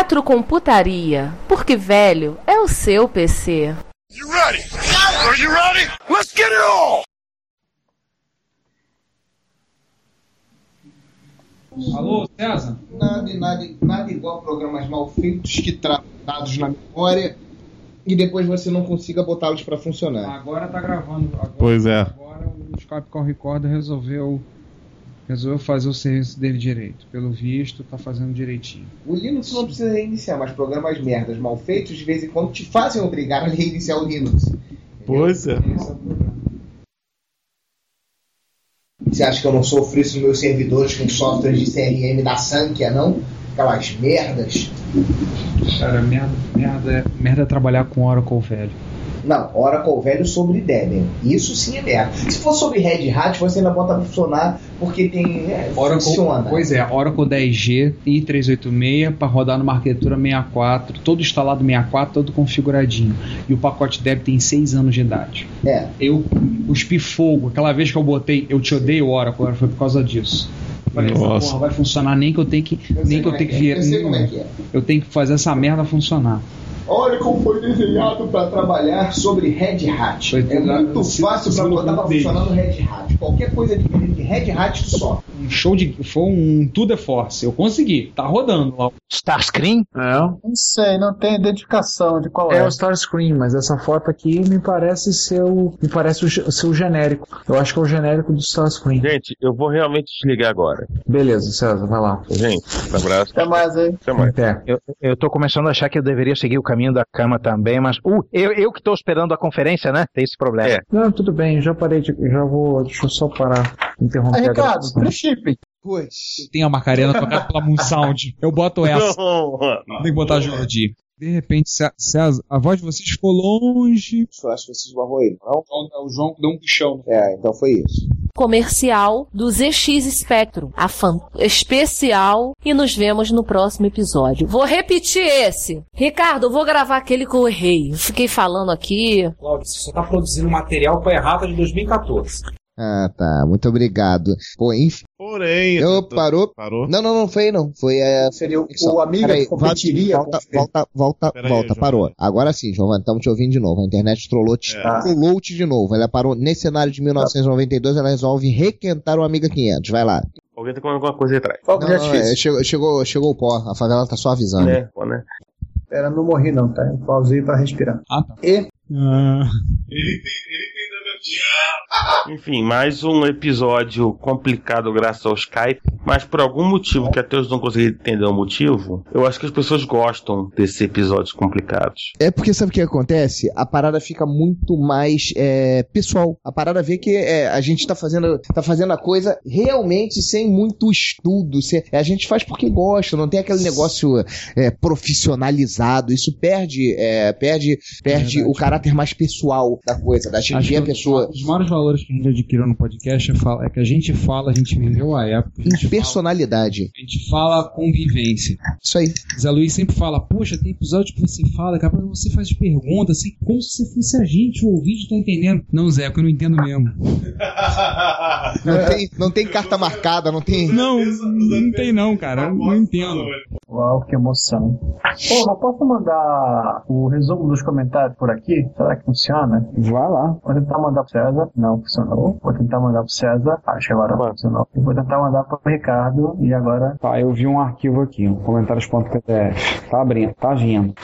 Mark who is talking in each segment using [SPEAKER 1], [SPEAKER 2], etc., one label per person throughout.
[SPEAKER 1] Retrocomputaria, porque velho é o seu PC.
[SPEAKER 2] You ready? Are you ready? Let's get it all!
[SPEAKER 3] Alô, César?
[SPEAKER 4] Nada, nada, nada igual programas mal feitos que tratam dados na memória e depois você não consiga botá-los para funcionar.
[SPEAKER 3] Agora tá gravando. Agora,
[SPEAKER 5] Pois é.
[SPEAKER 3] Agora o Capcom Record resolveu, resolveu fazer o serviço dele direito. Pelo visto, tá fazendo direitinho.
[SPEAKER 4] Ah, O Linux não precisa reiniciar, mas programas merdas mal feitos de vez em quando te fazem obrigar a reiniciar o Linux.
[SPEAKER 5] Pois é.
[SPEAKER 3] Esse é o problema.
[SPEAKER 4] Você acha que eu não sofro isso nos meus servidores com softwares de CRM da Sankia, não? Aquelas merdas.
[SPEAKER 3] Cara, merda, merda, é- merda é trabalhar com Oracle, velho.
[SPEAKER 4] Não, Oracle velho sobre Debian. Isso sim é merda. Se for sobre Red Hat, você ainda bota pra funcionar porque tem. É, funciona.
[SPEAKER 3] Pois é, Oracle 10G e 386 para rodar numa arquitetura 64, todo instalado 64, todo configuradinho. E o pacote Debian tem 6 anos de idade.
[SPEAKER 4] É.
[SPEAKER 3] Eu cuspi fogo. Aquela vez que eu botei, eu te odeio Oracle, foi por causa disso. Falei, essa
[SPEAKER 5] Nossa.
[SPEAKER 3] porra vai funcionar nem que eu tenho que,
[SPEAKER 4] Eu sei
[SPEAKER 3] nem que eu
[SPEAKER 4] como é
[SPEAKER 3] tenho que
[SPEAKER 4] que é,
[SPEAKER 3] vir,
[SPEAKER 4] eu sei como é que é.
[SPEAKER 3] eu tenho que fazer essa merda funcionar.
[SPEAKER 4] Oracle foi desenhado para trabalhar sobre Red Hat.
[SPEAKER 3] Foi
[SPEAKER 4] É
[SPEAKER 3] desenhado-
[SPEAKER 4] muito
[SPEAKER 3] se-
[SPEAKER 4] fácil
[SPEAKER 3] se
[SPEAKER 4] para botar para
[SPEAKER 3] mudou dele.
[SPEAKER 4] funcionar no Red Hat. Qualquer coisa diferente de Red Hat só.
[SPEAKER 3] Um show de, foi um to the force. Eu consegui, tá rodando lá.
[SPEAKER 6] Starscream?
[SPEAKER 7] Não.
[SPEAKER 8] Não sei, não tem identificação de qual é.
[SPEAKER 7] É o Starscream, mas essa foto aqui me parece ser o, me parece o, ge- o seu genérico. Eu acho que é o genérico do Starscream.
[SPEAKER 6] Gente, eu vou realmente desligar agora.
[SPEAKER 7] Beleza, César, vai lá.
[SPEAKER 6] Gente, um abraço.
[SPEAKER 8] Até mais aí.
[SPEAKER 6] Até mais.
[SPEAKER 8] É.
[SPEAKER 7] Até.
[SPEAKER 6] Eu, eu tô começando a achar que eu deveria seguir o caminho da cama também, mas. Uh, eu, eu que tô esperando a conferência, né? Tem esse problema. É.
[SPEAKER 7] Não, tudo bem, já parei de. Já vou. Deixa eu só parar. Interromper
[SPEAKER 8] Aí,
[SPEAKER 7] a
[SPEAKER 8] É, Ricardo,
[SPEAKER 7] gravação.
[SPEAKER 8] no chip.
[SPEAKER 4] Putz.
[SPEAKER 3] Tem a Macarena tocada pela Moon Sound. Eu boto essa. Tem que botar Jordi. De repente, Cé- César, a voz de vocês ficou longe.
[SPEAKER 4] Eu acho que você esbarrou ele, não?
[SPEAKER 3] O João deu um puxão.
[SPEAKER 4] É, então foi isso.
[SPEAKER 1] Comercial do ZX Spectrum, a fan especial. E nos vemos no próximo episódio. Vou repetir esse. Ricardo, eu vou gravar aquele que eu errei. Eu Fiquei falando aqui.
[SPEAKER 9] Cláudio, você só tá produzindo material com a errata de 2014.
[SPEAKER 4] Ah, tá. Muito obrigado. Pô, enfim.
[SPEAKER 5] Porém.
[SPEAKER 4] Eu parou.
[SPEAKER 5] Parou?
[SPEAKER 4] Não, não, não foi não. Foi a.
[SPEAKER 8] Seria o, o amigo
[SPEAKER 4] é um- Peraí,
[SPEAKER 8] que competiria.
[SPEAKER 4] volta,
[SPEAKER 8] com-
[SPEAKER 4] volta, volta,
[SPEAKER 5] Peraí,
[SPEAKER 4] volta,
[SPEAKER 5] Giovanni.
[SPEAKER 4] parou. Agora sim, Giovanni, estamos te ouvindo de novo. A internet trollou te,
[SPEAKER 5] É.
[SPEAKER 4] trollou -te de novo. Ela parou nesse cenário de 1992, ela resolve requentar o Amiga 500. Vai lá.
[SPEAKER 6] Alguém tá com alguma coisa aí atrás.
[SPEAKER 8] Fogo
[SPEAKER 4] Não,
[SPEAKER 8] de
[SPEAKER 4] não, é,
[SPEAKER 8] artifício.
[SPEAKER 4] chegou, chegou, chegou o pó, a favela tá só avisando.
[SPEAKER 6] Né? Pô, né?
[SPEAKER 8] Pera, é, não morri não, tá? Um pauzinho pra respirar.
[SPEAKER 3] Ah, tá.
[SPEAKER 8] E?
[SPEAKER 3] Ah.
[SPEAKER 6] Enfim, mais um episódio complicado graças ao Skype, mas por algum motivo que até hoje não consegui entender o motivo, eu acho que as pessoas gostam desses episódios complicados.
[SPEAKER 4] É porque sabe o que acontece? A parada fica muito mais é, pessoal. A parada vê que é, a gente tá fazendo, tá fazendo a coisa realmente sem muito estudo. Se- a gente faz porque gosta, não tem aquele negócio é, profissionalizado. Isso perde, é, perde, perde
[SPEAKER 3] Verdade.
[SPEAKER 4] o caráter mais pessoal da coisa, da gente
[SPEAKER 3] Acho
[SPEAKER 4] ver a
[SPEAKER 3] que
[SPEAKER 4] pessoa.
[SPEAKER 3] Os maiores valores que a gente adquiriu no podcast é, fala- é que a gente fala, a gente viveu a época, a gente,
[SPEAKER 4] Em
[SPEAKER 3] fala,
[SPEAKER 4] personalidade.
[SPEAKER 3] a gente fala com vivência.
[SPEAKER 4] Isso aí.
[SPEAKER 3] Zé Luiz sempre fala, poxa, tem episódio que você fala, que rapaz, você faz perguntas, assim, como se você fosse a gente, o ouvinte tá entendendo. Não, Zé, eu não entendo mesmo.
[SPEAKER 4] Não tem, não tem carta marcada, não tem.
[SPEAKER 3] Não, não tem não, cara, eu não entendo.
[SPEAKER 8] Uau, que emoção. Pô, mas posso mandar o resumo dos comentários por aqui? Será que funciona?
[SPEAKER 3] Vai lá.
[SPEAKER 8] Vou tentar mandar pro César. Não funcionou. Vou tentar mandar pro César. Acho que agora funcionou. E vou tentar mandar pro Ricardo. E agora.
[SPEAKER 3] Tá, eu vi um arquivo aqui, um comentários.pdf. Tá abrindo, tá vindo.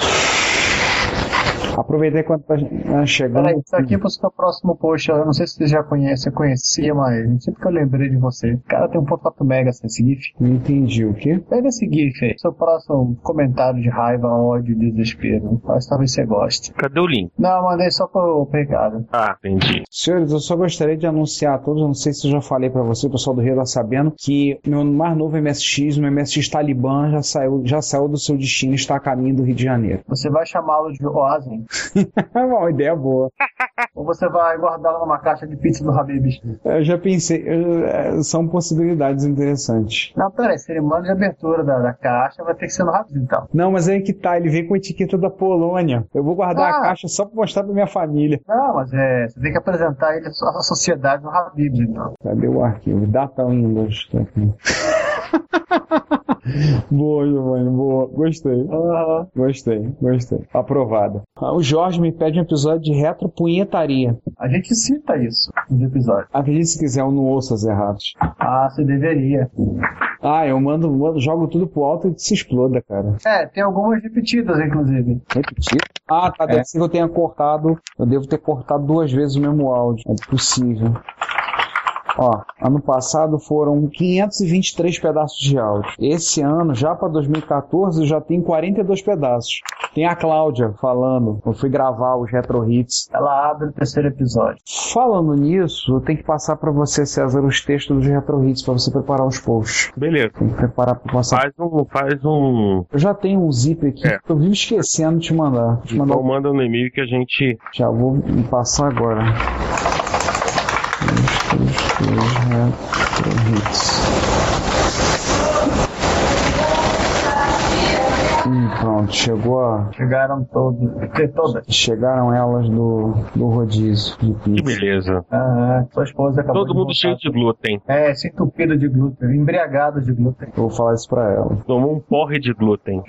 [SPEAKER 3] Aproveitei quando tá ah, chegando.
[SPEAKER 8] Peraí, isso aqui é pro seu próximo post. Eu não sei se você já conhece, eu conhecia, mas não sei porque eu lembrei de você. Cara, tem um contato mega sem esse GIF.
[SPEAKER 3] Não entendi o quê?
[SPEAKER 8] Pega esse GIF aí. Seu próximo comentário de raiva, ódio, desespero. Mas talvez você goste.
[SPEAKER 6] Cadê o link?
[SPEAKER 8] Não, eu mandei só pro pro Ricardo.
[SPEAKER 6] Ah, entendi.
[SPEAKER 3] Senhores, eu só gostaria de anunciar a todos, eu não sei se eu já falei pra você, o pessoal do Rio tá sabendo, que meu mais novo MSX, meu MSX Talibã, já saiu, já saiu do seu destino e está a caminho do Rio de Janeiro.
[SPEAKER 8] Você vai chamá-lo de Oasen?
[SPEAKER 3] É uma ideia boa.
[SPEAKER 8] Ou você vai guardá-lo numa caixa de pizza do Habib's?
[SPEAKER 3] Eu já pensei, eu- é, são possibilidades interessantes.
[SPEAKER 8] Não, peraí, cerimônia de abertura da, da caixa vai ter que ser no Habib's então.
[SPEAKER 3] Não, mas aí que tá, ele vem com a etiqueta da Polônia. Eu vou guardar
[SPEAKER 8] Ah.
[SPEAKER 3] a caixa só pra mostrar pra minha família.
[SPEAKER 8] Não, mas é, você tem que apresentar ele à so- à sociedade no Habib's então.
[SPEAKER 3] Cadê o arquivo? Data Windows. Tá aqui. boa, Giovanni, boa. Gostei. Gostei, gostei. Aprovada. Ah, O Jorge me pede um episódio de retropunhetaria.
[SPEAKER 8] A gente cita isso nos episódios.
[SPEAKER 3] Acredite se quiser, eu não ouço as erratas.
[SPEAKER 8] Ah, você deveria.
[SPEAKER 3] Ah, eu mando, mando- jogo tudo pro alto e se exploda, cara.
[SPEAKER 8] É, tem algumas repetidas, inclusive.
[SPEAKER 3] Repetir? Ah, tá. Deve
[SPEAKER 8] É.
[SPEAKER 3] ser que eu tenha cortado. Eu devo ter cortado duas vezes o mesmo áudio. É possível. Ó, ano passado foram 523 pedaços de áudio. Esse ano, já para 2014, eu já tem 42 pedaços. Tem a Cláudia falando. Eu fui gravar os Retro Hits.
[SPEAKER 8] Ela abre o terceiro episódio.
[SPEAKER 3] Falando nisso, eu tenho que passar para você, César, os textos dos Retro Hits para você preparar os posts.
[SPEAKER 6] Beleza.
[SPEAKER 3] Tem que preparar para passar.
[SPEAKER 6] Faz um. Faz um...
[SPEAKER 3] Eu já tenho um zip aqui.
[SPEAKER 6] É.
[SPEAKER 3] que Eu vivo esquecendo de te mandar. Te mandar
[SPEAKER 6] Então manda no e-mail que a gente.
[SPEAKER 3] Já vou me passar agora. Um, dois, três, retro hits. Hum, pronto, chegou a.
[SPEAKER 8] Chegaram todos. Tem todas.
[SPEAKER 3] Chegaram elas do, do rodízio de
[SPEAKER 6] Que
[SPEAKER 3] pizza.
[SPEAKER 6] beleza.
[SPEAKER 8] Ah, sua esposa acabou
[SPEAKER 6] Todo
[SPEAKER 8] de
[SPEAKER 6] mundo
[SPEAKER 8] voltar.
[SPEAKER 6] cheio
[SPEAKER 7] tá.
[SPEAKER 6] de glúten.
[SPEAKER 8] É, se entupido de glúten, embriagado de glúten.
[SPEAKER 3] Eu vou falar isso pra ela.
[SPEAKER 6] Tomou um porre de glúten.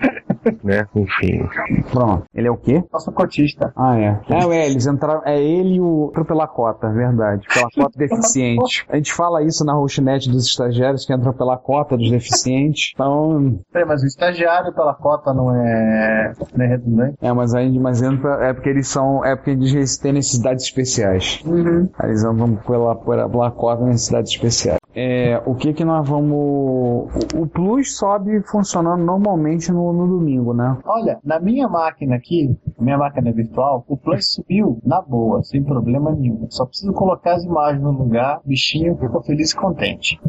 [SPEAKER 6] né? Enfim.
[SPEAKER 3] Pronto. Ele é o quê?
[SPEAKER 8] Nosso cotista.
[SPEAKER 3] Ah, é. É, ué, eles entraram. É ele e o. Entrou pela cota, é verdade. Pela cota deficiente. A gente fala isso na roxinete dos estagiários que entram pela cota dos deficientes. Então,
[SPEAKER 8] Peraí, mas o estagiário pela cota não é, não é redundante?
[SPEAKER 3] É, mas aí mas entra, é porque eles são. É porque eles res- têm necessidades especiais.
[SPEAKER 8] Uhum.
[SPEAKER 3] Aí eles andam pela, pela, pela cota necessidades especiais. É, o que que nós vamos. O, o Plus sobe funcionando normalmente no, no domingo, né?
[SPEAKER 8] Olha, na minha máquina aqui, minha máquina virtual, o Plus subiu na boa, sem problema nenhum. Só preciso colocar as imagens no lugar, bichinho, ficou feliz e contente.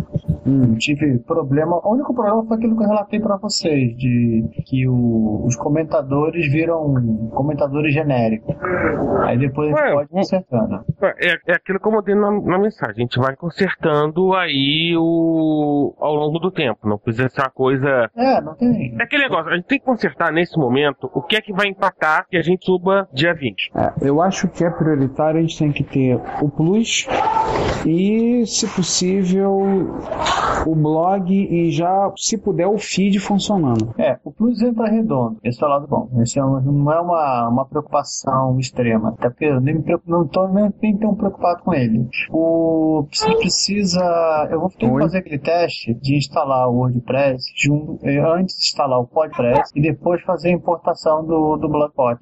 [SPEAKER 3] Hum.
[SPEAKER 8] Não tive problema. O único problema foi aquilo que eu relatei pra vocês, de que o- os comentadores viram comentadores genéricos. Aí depois a gente
[SPEAKER 6] Ué,
[SPEAKER 8] pode ir
[SPEAKER 6] um-
[SPEAKER 8] consertando.
[SPEAKER 6] É, é aquilo que eu mandei na, na mensagem. A gente vai consertando aí o, ao longo do tempo. Não precisa ser uma coisa.
[SPEAKER 8] É, não tem.
[SPEAKER 6] É aquele negócio, a gente tem que consertar nesse momento o que é que vai impactar que a gente suba dia 20.
[SPEAKER 3] É, eu acho que é prioritário, a gente tem que ter o Plus e, se possível, o blog e já, se puder, o feed funcionando.
[SPEAKER 8] É, o Plus entra redondo. Esse é o lado bom. Esse é um- não é uma, uma preocupação extrema. Até porque eu nem me preocupo, não tô nem, nem tão preocupado com ele. O você precisa. Eu vou ter que
[SPEAKER 3] Oi?
[SPEAKER 8] fazer aquele teste de instalar o WordPress junto, eh, antes de instalar o WordPress e depois fazer a importação do, do Blogspot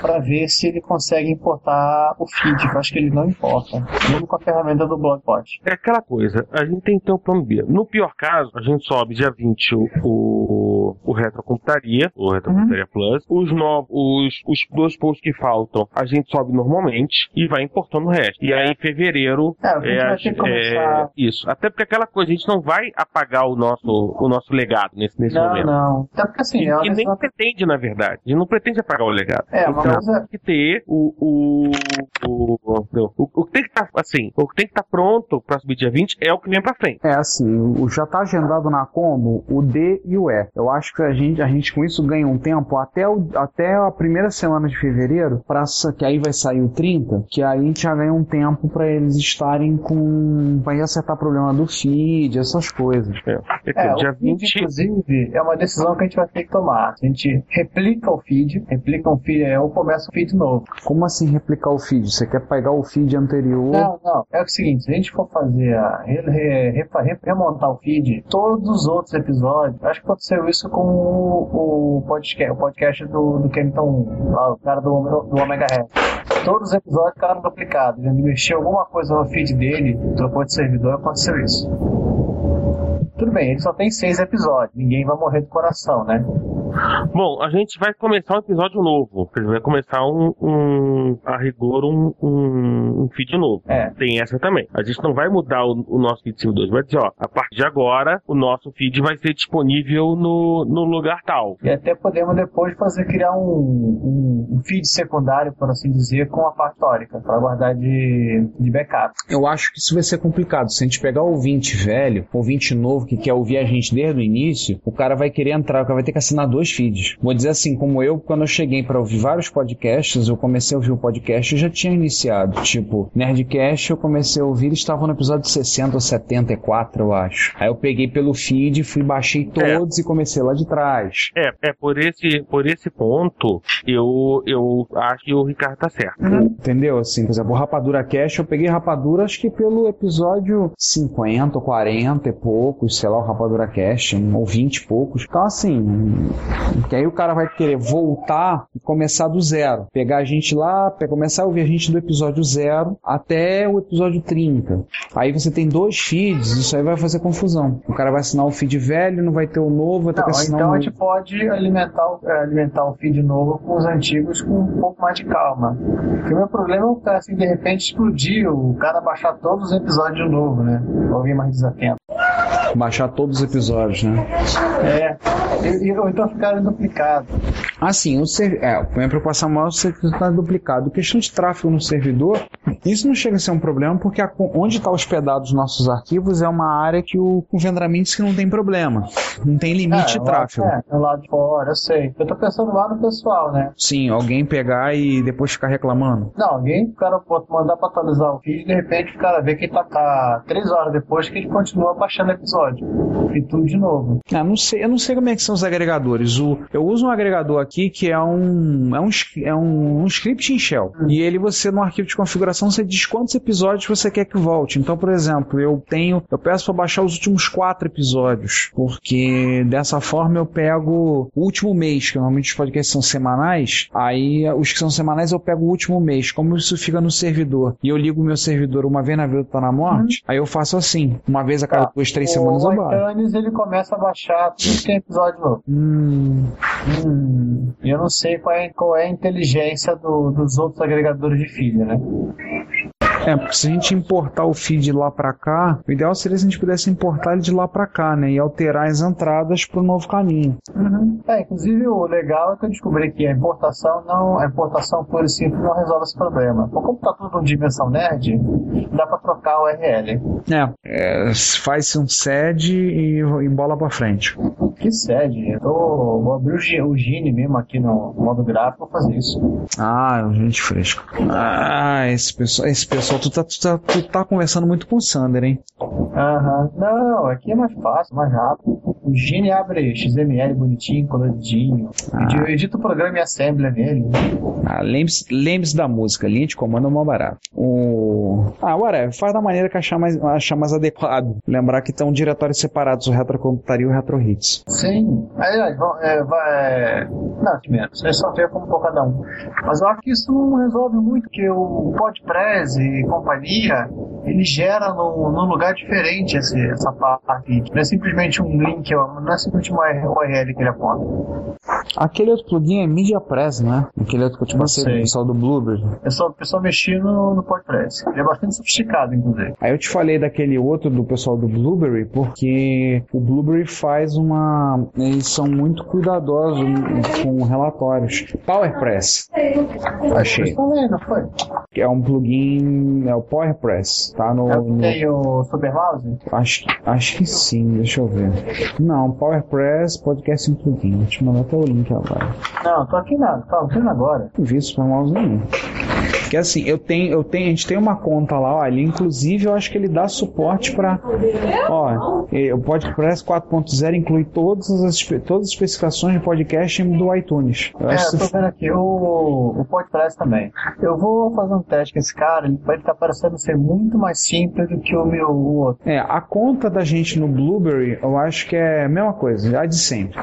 [SPEAKER 8] para ver se ele consegue importar o feed. que Eu acho que ele não importa. Mesmo com a ferramenta do Blogspot.
[SPEAKER 6] É aquela coisa, a gente tem que ter um plano B. No pior caso, a gente sobe dia 20 o, o, o Retrocomputaria, o Retrocomputaria Plus. Os, novos, os, os dois posts que faltam, a gente sobe normalmente e vai importando o resto. E aí em fevereiro.
[SPEAKER 8] É, a gente vai ter
[SPEAKER 6] a
[SPEAKER 8] que
[SPEAKER 6] gente-
[SPEAKER 8] começar-
[SPEAKER 6] Isso. Até porque aquela coisa, a gente não vai apagar o nosso, o nosso legado nesse, nesse
[SPEAKER 8] Não,
[SPEAKER 6] momento.
[SPEAKER 8] não. Até porque assim,
[SPEAKER 6] E,
[SPEAKER 8] é uma
[SPEAKER 6] e nem
[SPEAKER 8] decisão-
[SPEAKER 6] pretende, na verdade. A gente não pretende apagar o legado.
[SPEAKER 8] É, uma
[SPEAKER 6] então,
[SPEAKER 8] coisa-
[SPEAKER 6] tem que ter o. O, o, o, não. o, o que tem que estar assim, o que tem que estar pronto para subir dia 20 é o que vem para frente.
[SPEAKER 3] É assim, o- já está agendado na Combo o D e o E. Eu acho que a gente, a gente com isso ganha um tempo até, o- até a primeira semana de fevereiro, pra, sa- que aí vai sair o 30, que aí a gente já ganha um tempo para eles estarem com. para acertar problema do feed, essas coisas.
[SPEAKER 6] É.
[SPEAKER 8] É, o feed, inclusive, é uma decisão que a gente vai ter que tomar. A gente replica o feed, replica um feed, é, ou começa um feed novo.
[SPEAKER 3] Como assim replicar o feed? Você quer pegar o feed anterior?
[SPEAKER 8] Não, não. É o seguinte, se a gente for fazer a, re- re- repa- re- remontar o feed, todos os outros episódios, acho que aconteceu isso com o, o podcast, o podcast do, do Kenton 1, lá, o cara do, Ome- do Omega Red. Todos os episódios ficaram duplicados. né? Ele mexeu alguma coisa no feed dele, trocou de servidor, aconteceu isso. Tudo bem, ele só tem seis episódios, ninguém vai morrer do coração, né?
[SPEAKER 6] Bom, a gente vai começar um episódio novo. Quer dizer, Vai começar um, um- a rigor, um, um, um feed novo. Tem essa também. A gente não vai mudar o, o nosso feed CO2. Vai dizer, ó, a partir de agora, o nosso feed vai ser disponível no, no lugar tal.
[SPEAKER 8] E até podemos depois fazer criar um, um, um feed secundário, por assim dizer, com a parte histórica, para guardar de, de backup.
[SPEAKER 3] Eu acho que isso vai ser complicado. Se a gente pegar o ouvinte velho, o ouvinte novo que quer ouvir a gente desde o início, o cara vai querer entrar, o cara vai ter que assinar dois feeds. Vou dizer assim, como eu, quando eu cheguei pra ouvir vários podcasts, eu comecei a ouvir o podcast e já tinha iniciado. Tipo, Nerdcast eu comecei a ouvir, eles estavam no episódio 60 ou 74, eu acho. Aí eu peguei pelo feed, fui, baixei todos e comecei lá de trás.
[SPEAKER 6] É, é por esse, por esse ponto, eu, eu acho que o Ricardo tá certo.
[SPEAKER 3] Entendeu? Assim, por exemplo, o Rapadura Cash, eu peguei Rapadura acho que pelo episódio 50, ou 40 e poucos, sei lá, o Rapadura Cash, hein, ou 20 e poucos. Então, assim, que aí o cara vai querer voltar e começar do zero. Pegar a gente lá, pe- começar a ouvir a gente do episódio zero até o episódio 30. Aí você tem dois feeds, isso aí vai fazer confusão. O cara vai assinar o feed velho, não vai ter o novo, vai ter
[SPEAKER 8] Não,
[SPEAKER 3] que assinar
[SPEAKER 8] então
[SPEAKER 3] o
[SPEAKER 8] a gente pode alimentar, o- eh, alimentar o feed novo com os antigos com um pouco mais de calma. Porque o meu problema é o cara, assim, de repente explodir, o cara baixar todos os episódios de novo, né? Alguém mais desatento.
[SPEAKER 3] baixar todos os episódios, né?
[SPEAKER 8] É, e- e- ou então ficaram duplicados.
[SPEAKER 3] Assim, o ser... é, a minha preocupação maior é o servidor estar duplicado. Questão de tráfego no servidor, isso não chega a ser um problema, porque a co- onde está hospedado os nossos arquivos é uma área que o, o Vendramin disse que não tem problema. Não tem limite
[SPEAKER 8] É,
[SPEAKER 3] de
[SPEAKER 8] lá-
[SPEAKER 3] tráfego.
[SPEAKER 8] É, é lá de fora, eu sei. Eu tô pensando lá no pessoal, né?
[SPEAKER 3] Sim, alguém pegar e depois ficar reclamando.
[SPEAKER 8] Não, alguém, o cara pode mandar pra atualizar o feed, de repente o cara vê que tá, tá três horas depois que ele continua baixando o episódio. E tudo de novo.
[SPEAKER 3] Ah, não sei, eu não sei como é que são os agregadores. O, eu uso um agregador aqui que é um é um, sk- é um, um script em shell. E ele você no arquivo de configuração você diz quantos episódios você quer que volte. Então, por exemplo, eu tenho eu peço para baixar os últimos quatro episódios, porque dessa forma eu pego o último mês, que normalmente os podcasts são semanais. Aí os que são semanais eu pego o último mês, como isso fica no servidor. E eu ligo o meu servidor uma vez na vida tá na morte. Aí eu faço assim, uma vez a cada duas, três semanas eu
[SPEAKER 8] o
[SPEAKER 3] baixo.
[SPEAKER 8] iTunes ele começa a baixar tudo que tem episódio novo. Hum, eu não sei qual é, qual é a inteligência do- dos outros agregadores de feed, né?
[SPEAKER 3] É, se a gente importar o feed de lá pra cá, o ideal seria se a gente pudesse importar ele de lá pra cá, né? E alterar as entradas pro novo caminho.
[SPEAKER 8] É, inclusive o legal é que eu descobri que a importação não, a importação pura e simples não resolve esse problema. Mas Como tá tudo em dimensão nerd, dá pra trocar o URL.
[SPEAKER 3] É, é, faz-se um sede e, e bola pra frente.
[SPEAKER 8] Que sede, eu tô, vou abrir o Gi- o Gini mesmo aqui no modo gráfico pra fazer isso.
[SPEAKER 3] Ah, gente fresca. Ah, esse pessoal, esse pessoal, tu tá, tu tá, tu tá conversando muito com o Sander, hein?
[SPEAKER 8] Aham, não, aqui é mais fácil, mais rápido. O Gini abre XML bonitinho, coloridinho. Eu edito o programa em Assembler nele.
[SPEAKER 3] Ah, lembre-se lembre-se da música, linha de comando é mó barato. O... Ah, whatever, faz da maneira que achar mais, achar mais adequado. Lembrar que estão diretórios separados, o Retrocomputaria e o RetroHits.
[SPEAKER 8] Sim, aí ó, vão- é, vai. Não, que menos, é só ver como for cada um. Mas eu acho que isso não resolve muito, porque o Podpress e companhia, ele gera num, num lugar diferente esse, essa parte. Não é simplesmente um link, não é simplesmente uma URL que ele aponta.
[SPEAKER 3] Aquele outro plugin é MediaPress, né? Aquele outro que eu te passei do pessoal do Blueberry.
[SPEAKER 8] É só o pessoal mexer no, no Podpress. Ele é bastante sofisticado, inclusive.
[SPEAKER 3] Aí eu te falei daquele outro do pessoal do Blueberry, porque o Blueberry faz uma. Eles são muito cuidadosos com relatórios. PowerPress. Achei.
[SPEAKER 8] Também, não foi?
[SPEAKER 3] É um plugin. É o PowerPress. Tá no.
[SPEAKER 8] Tem
[SPEAKER 3] no
[SPEAKER 8] o Supermouse?
[SPEAKER 3] acho, que- acho que sim, deixa eu ver. Não, PowerPress Podcast em Plugin. Vou te mandar até o link agora.
[SPEAKER 8] Não, tô aqui nada, tô tá vendo agora.
[SPEAKER 3] Não vi isso pra mouse nenhum. Que assim, eu tenho, eu tenho, a gente tem uma conta lá, olha, inclusive eu acho que ele dá suporte para, ó, eh, o podcast 4.0 inclui todas as espe- todas as especificações de podcast do iTunes. Eu
[SPEAKER 8] É,
[SPEAKER 3] acho
[SPEAKER 8] eu tô
[SPEAKER 3] que
[SPEAKER 8] vendo aqui o, o podcast também. Eu vou fazer um teste com esse cara, ele, ele tá parecendo ser muito mais simples do que o meu o outro.
[SPEAKER 3] É, a conta da gente no Blueberry, eu acho que é a mesma coisa, já de sempre.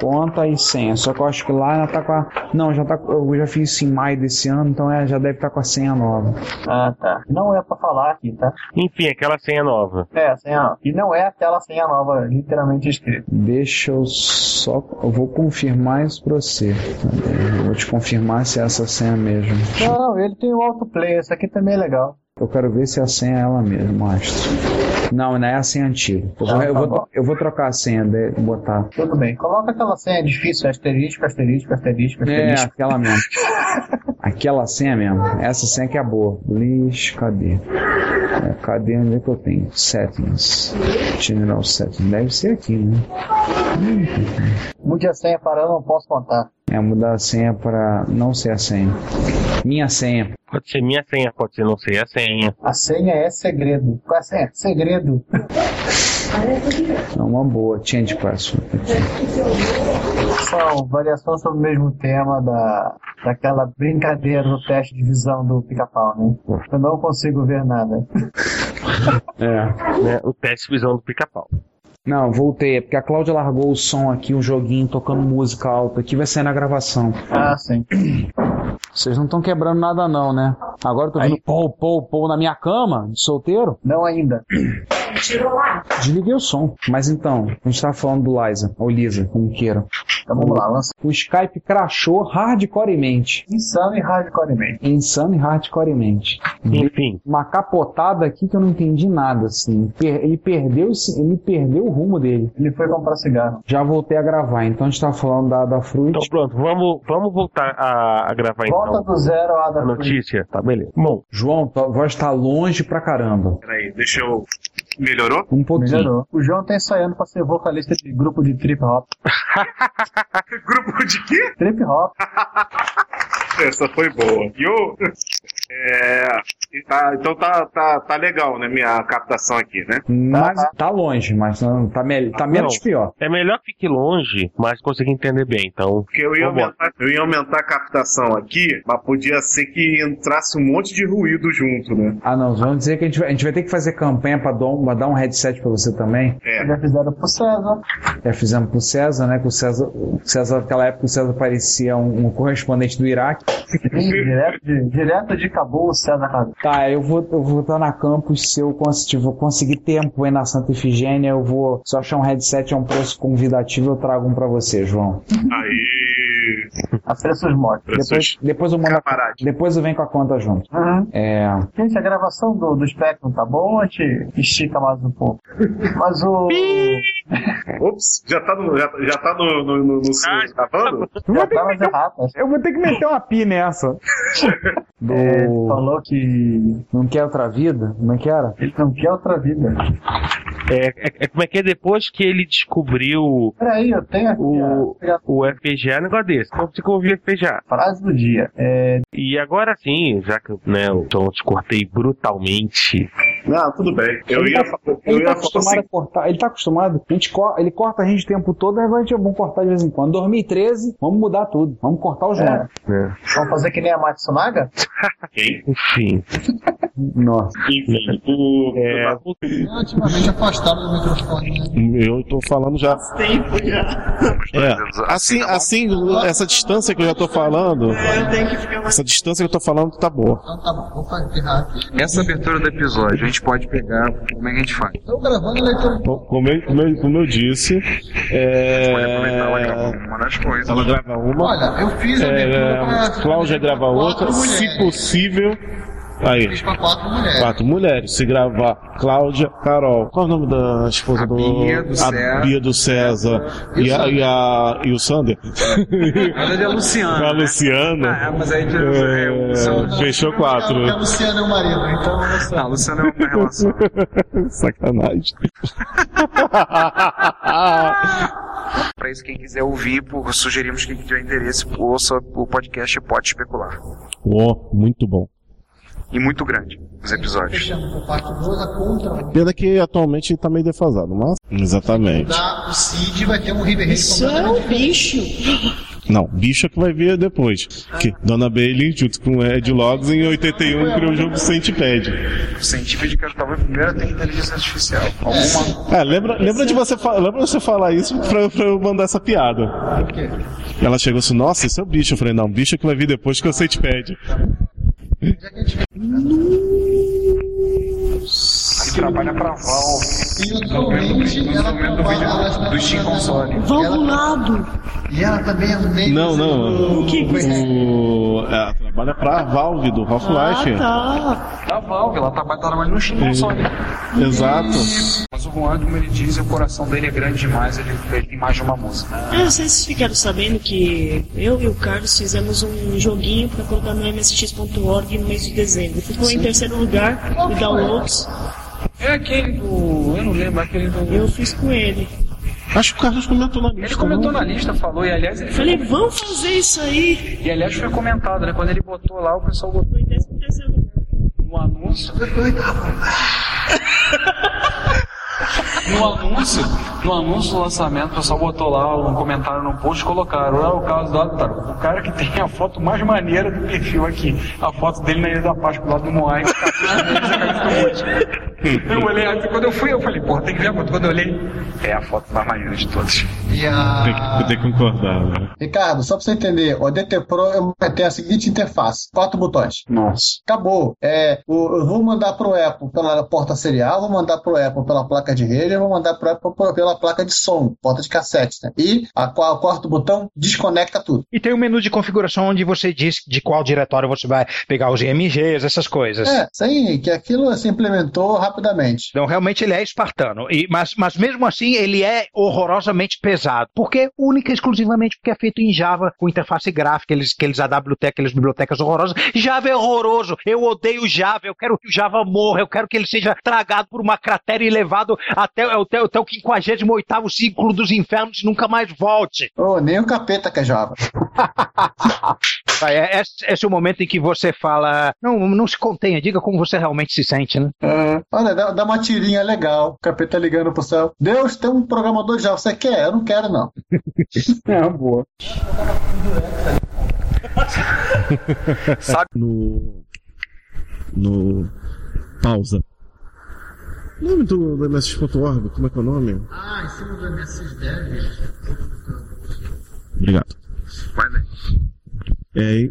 [SPEAKER 3] Conta e senha, só que eu acho que lá ela tá com a. Não, já tá, eu já fiz isso em maio desse ano, então é, já deve estar com a senha nova.
[SPEAKER 8] Ah, tá. Não é pra falar aqui, tá?
[SPEAKER 6] Enfim, aquela senha nova.
[SPEAKER 8] É, a senha. E não é aquela senha nova, literalmente escrita.
[SPEAKER 3] Deixa eu só. Eu vou confirmar isso pra você. Eu vou te confirmar se é essa senha mesmo.
[SPEAKER 8] Não, não, ele tem o autoplay, isso aqui também é legal.
[SPEAKER 3] Eu quero ver se a senha é ela mesma, mostra. Não, não é a senha antiga. Eu vou,
[SPEAKER 8] Ah,
[SPEAKER 3] eu
[SPEAKER 8] tá
[SPEAKER 3] vou-
[SPEAKER 8] bom.
[SPEAKER 3] eu vou trocar a senha, de, botar.
[SPEAKER 8] Tudo bem. Coloca aquela senha difícil, asterisco, asterisco, asterisco,
[SPEAKER 3] É,
[SPEAKER 8] asterisco.
[SPEAKER 3] aquela mesmo. Aquela senha mesmo. Essa senha que é boa. Liz, cadê? É, cadê onde é que eu tenho? Settings. General Settings. Deve ser aqui, né?
[SPEAKER 8] Mude a senha para eu não posso contar.
[SPEAKER 3] É mudar a senha para não ser a senha. Minha senha.
[SPEAKER 6] Pode ser minha senha, pode ser não ser a senha.
[SPEAKER 8] A senha é segredo. Qual é a senha? Segredo.
[SPEAKER 3] É uma boa. Change password.
[SPEAKER 8] São variações sobre o mesmo tema da, daquela brincadeira do teste de visão do pica-pau, né? Eu não consigo ver nada.
[SPEAKER 3] É.
[SPEAKER 6] Né? O teste de visão do pica-pau.
[SPEAKER 3] Não, voltei. É porque a Cláudia largou o som aqui, um joguinho tocando música alta. Aqui vai sair na gravação.
[SPEAKER 8] Ah, sim.
[SPEAKER 3] Vocês não estão quebrando nada, não, né? Agora eu tô vendo pou, pou, pou na minha cama, de solteiro?
[SPEAKER 8] Não ainda.
[SPEAKER 3] Desliguei o som. Mas então, a gente tava falando do Liza, ou Lisa, como queira.
[SPEAKER 8] Então vamos lá, lança.
[SPEAKER 3] O Skype crashou hardcoremente.
[SPEAKER 8] Insano e hardcoremente.
[SPEAKER 3] Insano e hardcoremente.
[SPEAKER 6] Enfim.
[SPEAKER 3] Uma capotada aqui que eu não entendi nada, assim. Per- Ele perdeu, esse- ele perdeu o rumo dele.
[SPEAKER 8] Ele foi comprar cigarro.
[SPEAKER 3] Já voltei a gravar, então a gente tava falando da, da Fruit.
[SPEAKER 6] Então pronto, vamos, vamos voltar a, a gravar
[SPEAKER 8] Volta
[SPEAKER 6] então.
[SPEAKER 8] do zero à da
[SPEAKER 6] A notícia, tá beleza. Bom,
[SPEAKER 3] João, tua voz tá longe pra caramba.
[SPEAKER 9] Peraí, deixa eu. Melhorou?
[SPEAKER 3] Um pouquinho.
[SPEAKER 8] Melhorou. O João tá ensaiando pra ser vocalista de grupo de trip hop.
[SPEAKER 9] Grupo de quê?
[SPEAKER 8] Trip hop.
[SPEAKER 9] Essa foi boa. Viu? É. e tá- então tá, tá, tá legal, né? Minha captação aqui, né?
[SPEAKER 3] Mas tá longe, mas não, tá, me- tá menos
[SPEAKER 6] Não.
[SPEAKER 3] pior.
[SPEAKER 6] é melhor que fique longe, mas consiga entender bem, então.
[SPEAKER 9] Porque eu ia,
[SPEAKER 6] Vambora.
[SPEAKER 9] aumentar, eu ia aumentar a captação aqui, mas podia ser que entrasse um monte de ruído junto, né?
[SPEAKER 3] Ah, não, vamos dizer que a gente vai, a gente vai ter que fazer campanha pra, dom- pra dar um headset pra você também.
[SPEAKER 9] É.
[SPEAKER 8] Já fizeram pro César.
[SPEAKER 3] Já É, fizemos pro César, né? Que o César, o César naquela época, o César parecia um, um correspondente do Iraque.
[SPEAKER 8] Ih, direto, de, direto de Cabo, o César Rabi.
[SPEAKER 3] Tá, eu vou, eu vou estar na campus se eu cons- se eu conseguir tempo aí na Santa Efigênia, eu vou só achar um headset a um preço convidativo, eu trago um pra você, João.
[SPEAKER 9] Aí.
[SPEAKER 8] A preços mortos.
[SPEAKER 9] Pessoas
[SPEAKER 3] Depois, depois eu mando a,
[SPEAKER 9] Camarade.
[SPEAKER 3] depois eu venho com a conta junto.
[SPEAKER 8] Uhum.
[SPEAKER 3] É,
[SPEAKER 8] Gente, a gravação do, do Spectrum tá boa, a gente estica mais um pouco. Mas o.
[SPEAKER 9] Ops, já tá no. Já, já tá no. no, no, tá no
[SPEAKER 6] Ah,
[SPEAKER 9] gravando?
[SPEAKER 8] Já tá nas erratas.
[SPEAKER 3] eu vou ter que meter uma pi nessa. Do...
[SPEAKER 8] Ele falou que
[SPEAKER 3] Não quer outra vida? Como é que era?
[SPEAKER 8] ele não quer outra vida.
[SPEAKER 6] É, é- é como é que é depois que ele descobriu
[SPEAKER 8] Peraí, eu tenho aqui
[SPEAKER 6] o,
[SPEAKER 8] a, a
[SPEAKER 6] o FPGA, é um negócio desse. Como você ouvir FPGA?
[SPEAKER 8] frase do dia. É,
[SPEAKER 6] E agora sim, já que né, eu então, te cortei brutalmente.
[SPEAKER 9] Não, tudo bem. Eu
[SPEAKER 3] Ele
[SPEAKER 9] ia,
[SPEAKER 3] tá-
[SPEAKER 9] fa- eu
[SPEAKER 3] Ele tá
[SPEAKER 9] ia falar
[SPEAKER 3] acostumado
[SPEAKER 9] assim.
[SPEAKER 3] a cortar, ele tá acostumado, a gente co- ele corta a gente o tempo todo, aí agora a gente é bom cortar de vez em quando. 2013, vamos mudar tudo, vamos cortar o João.
[SPEAKER 8] É. vamos fazer que nem a Matsunaga?
[SPEAKER 9] Quem?
[SPEAKER 6] Enfim.
[SPEAKER 3] Nossa.
[SPEAKER 9] Enfim, o.
[SPEAKER 6] É,
[SPEAKER 8] Ultimamente afastado do microfone, né?
[SPEAKER 10] Eu tô falando já. É. Assim, assim, essa distância que eu já tô falando.
[SPEAKER 11] É,
[SPEAKER 10] Essa distância que eu tô falando tá boa.
[SPEAKER 8] Então tá bom, opa, errar aqui.
[SPEAKER 11] Essa abertura do episódio, a gente pode pegar. Como é que a gente faz?
[SPEAKER 8] Estou gravando leitura.
[SPEAKER 10] Co- Então, Como eu, como eu, como eu disse, é,
[SPEAKER 11] Uma das coisas.
[SPEAKER 10] ela grava uma,
[SPEAKER 8] Olha, eu fiz
[SPEAKER 10] é, Cláudia grava outra, se possível. Aí,
[SPEAKER 8] pra quatro mulheres.
[SPEAKER 10] Quatro mulheres. Se gravar Cláudia, Carol. Qual é o nome da esposa do.
[SPEAKER 11] Bia do
[SPEAKER 10] a
[SPEAKER 11] César.
[SPEAKER 10] Bia do César. E, a, e, a- e o Sander?
[SPEAKER 11] Na verdade é a Luciana.
[SPEAKER 10] a
[SPEAKER 11] né?
[SPEAKER 10] Luciana.
[SPEAKER 11] Ah, mas aí já-
[SPEAKER 10] É,
[SPEAKER 11] é,
[SPEAKER 3] tá
[SPEAKER 11] são-
[SPEAKER 10] fechou quatro.
[SPEAKER 8] Luciano é o marido, então
[SPEAKER 3] assim.
[SPEAKER 11] Ah, a Luciana é uma relação.
[SPEAKER 10] Sacanagem.
[SPEAKER 11] Pra isso, quem quiser ouvir, por- sugerimos que quem tiver interesse ouça o podcast Pode Especular.
[SPEAKER 10] Bom, muito bom.
[SPEAKER 3] e muito grande os episódios.
[SPEAKER 6] Pena que atualmente tá meio defasado, mas. Exatamente.
[SPEAKER 4] Da, o Cid vai ter um River Isso é um bicho.
[SPEAKER 6] Não, bicho é que vai vir depois. Que Dona Bailey, junto com Ed Logs, em 81 criou o jogo Centipede.
[SPEAKER 3] O Centipede, que era talvez a primeira ter inteligência artificial. Alguma.
[SPEAKER 6] É, lembra, lembra de você, fa- lembra de você falar isso pra, pra eu mandar essa piada.
[SPEAKER 3] Por quê?
[SPEAKER 6] Ela chegou assim, nossa, esse é o bicho. Eu falei, não, bicho é que vai vir depois que é o Centipede.
[SPEAKER 3] Que trabalha pra Val. do Steam Console.
[SPEAKER 4] Valvulado. E ela também é meio.
[SPEAKER 6] Não, não.
[SPEAKER 4] O que? é?
[SPEAKER 6] O, ela trabalha pra Valve do Half-Life.
[SPEAKER 4] Ah,
[SPEAKER 3] Da Valve, ela tá trabalhando no Steam Console.
[SPEAKER 6] Exato.
[SPEAKER 3] Mas o Juan, como ele diz, o coração dele é grande demais, ele, ele imagina uma música.
[SPEAKER 4] tá. Ah, vocês ficaram sabendo que eu e o Carlos fizemos um joguinho pra colocar no msx.org no mês de dezembro. Ficou em
[SPEAKER 3] Sim.
[SPEAKER 4] terceiro lugar
[SPEAKER 3] Qual
[SPEAKER 4] no
[SPEAKER 3] foi?
[SPEAKER 4] downloads.
[SPEAKER 3] É aquele do. Eu não lembro, aquele do.
[SPEAKER 4] Eu fiz com ele.
[SPEAKER 6] Acho que o Carlos comentou na lista.
[SPEAKER 3] Ele comentou na lista, falou, e aliás ele
[SPEAKER 4] Ah, Falei, vamos fazer isso aí.
[SPEAKER 3] E aliás foi comentado, né? Quando ele botou lá, o pessoal botou
[SPEAKER 4] em 13
[SPEAKER 3] no anúncio. No anúncio, no anúncio do lançamento, o pessoal botou lá um comentário no post, colocaram, ah, o caso do Ataro, o cara que tem a foto mais maneira do perfil aqui, a foto dele na Ilha da Páscoa, do lado do Moai, com a cabeça dele, essa cabeça do monte. eu olhei, aí quando eu fui, eu falei, porra, tem que ver a foto, quando eu olhei, é a foto mais maneira de todas.
[SPEAKER 4] E a...
[SPEAKER 6] Tem que, tem que concordar, né?
[SPEAKER 8] Ricardo, só pra você entender, o DT Pro eu vou ter a seguinte interface: quatro botões.
[SPEAKER 3] Nossa.
[SPEAKER 8] Acabou. É, o- eu vou mandar pro Apple pela porta serial, vou mandar pro Apple pela placa de rede, eu vou mandar pro Apple pro- pela placa de som, porta de cassete, né? E a, qua- o quarto botão desconecta tudo.
[SPEAKER 7] E tem um menu de configuração onde você diz de qual diretório você vai pegar os MGs, essas coisas.
[SPEAKER 8] É, sim, que aquilo se implementou rapidamente.
[SPEAKER 7] Então, realmente ele é espartano. E- mas, mas mesmo assim, ele é horrorosamente pesado. Porque única e exclusivamente porque é feito em Java, com interface gráfica, eles, aqueles AWT, aquelas bibliotecas horrorosas. Java é horroroso. Eu odeio Java. Eu quero que o Java morra. Eu quero que ele seja tragado por uma cratera e levado até, até, até o 58 ciclo dos infernos e nunca mais volte.
[SPEAKER 8] Oh, nem o capeta que é Java.
[SPEAKER 7] Vai, é- Esse, esse é o momento em que você fala. Não, não se contenha, diga como você realmente se sente, né?
[SPEAKER 8] É. Olha, dá, dá uma tirinha legal. O capeta ligando pro céu. Deus, tem um programador de Java. Você quer? Eu não quero, não.
[SPEAKER 12] É, boa.
[SPEAKER 6] Sabe? No. No. Pausa. O nome do, do MSX.org, como é que é o nome?
[SPEAKER 4] Ah, em cima do MSX Dev.
[SPEAKER 6] Obrigado.
[SPEAKER 4] né?
[SPEAKER 6] É,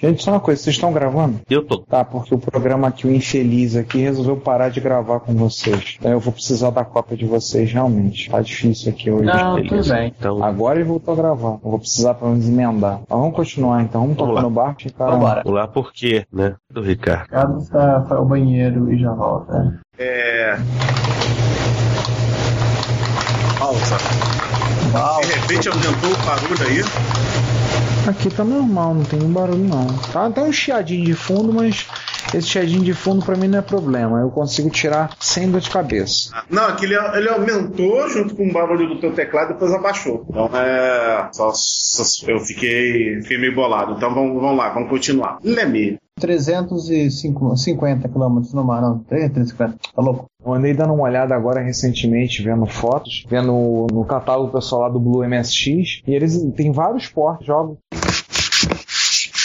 [SPEAKER 12] Gente, só uma coisa, vocês estão gravando?
[SPEAKER 13] Eu tô.
[SPEAKER 12] Tá, porque o programa aqui, o infeliz aqui, resolveu parar de gravar com vocês. Então eu vou precisar da cópia de vocês, realmente. Tá difícil aqui hoje.
[SPEAKER 4] Ah,
[SPEAKER 14] Não,
[SPEAKER 12] infeliz.
[SPEAKER 14] tudo bem.
[SPEAKER 3] Então,
[SPEAKER 12] Agora ele voltou a gravar. Eu vou precisar pelo menos emendar. Mas vamos continuar então, vamos tocar no bar. Vamos
[SPEAKER 13] Vamos lá, por quê, né? Do Ricardo.
[SPEAKER 8] Ricardo tá, foi ao banheiro e já volta.
[SPEAKER 5] É. Pausa. De repente aumentou o barulho aí.
[SPEAKER 12] Aqui tá normal, não tem nenhum barulho não. Tá, tá um chiadinho de fundo, mas esse chiadinho de fundo pra mim não é problema. Eu consigo tirar sem dor de cabeça.
[SPEAKER 5] Não, aquele ele aumentou junto com o barulho do teu teclado e depois abaixou. Então é. Só, só- eu fiquei, fiquei meio bolado. Então vamos, vamos lá, vamos continuar. Leme.
[SPEAKER 8] 350 quilômetros no mar, não. 350. Tá louco?
[SPEAKER 12] Eu andei dando uma olhada agora recentemente, vendo fotos, vendo no catálogo pessoal lá do Blue MSX, e eles tem vários portes, jogos.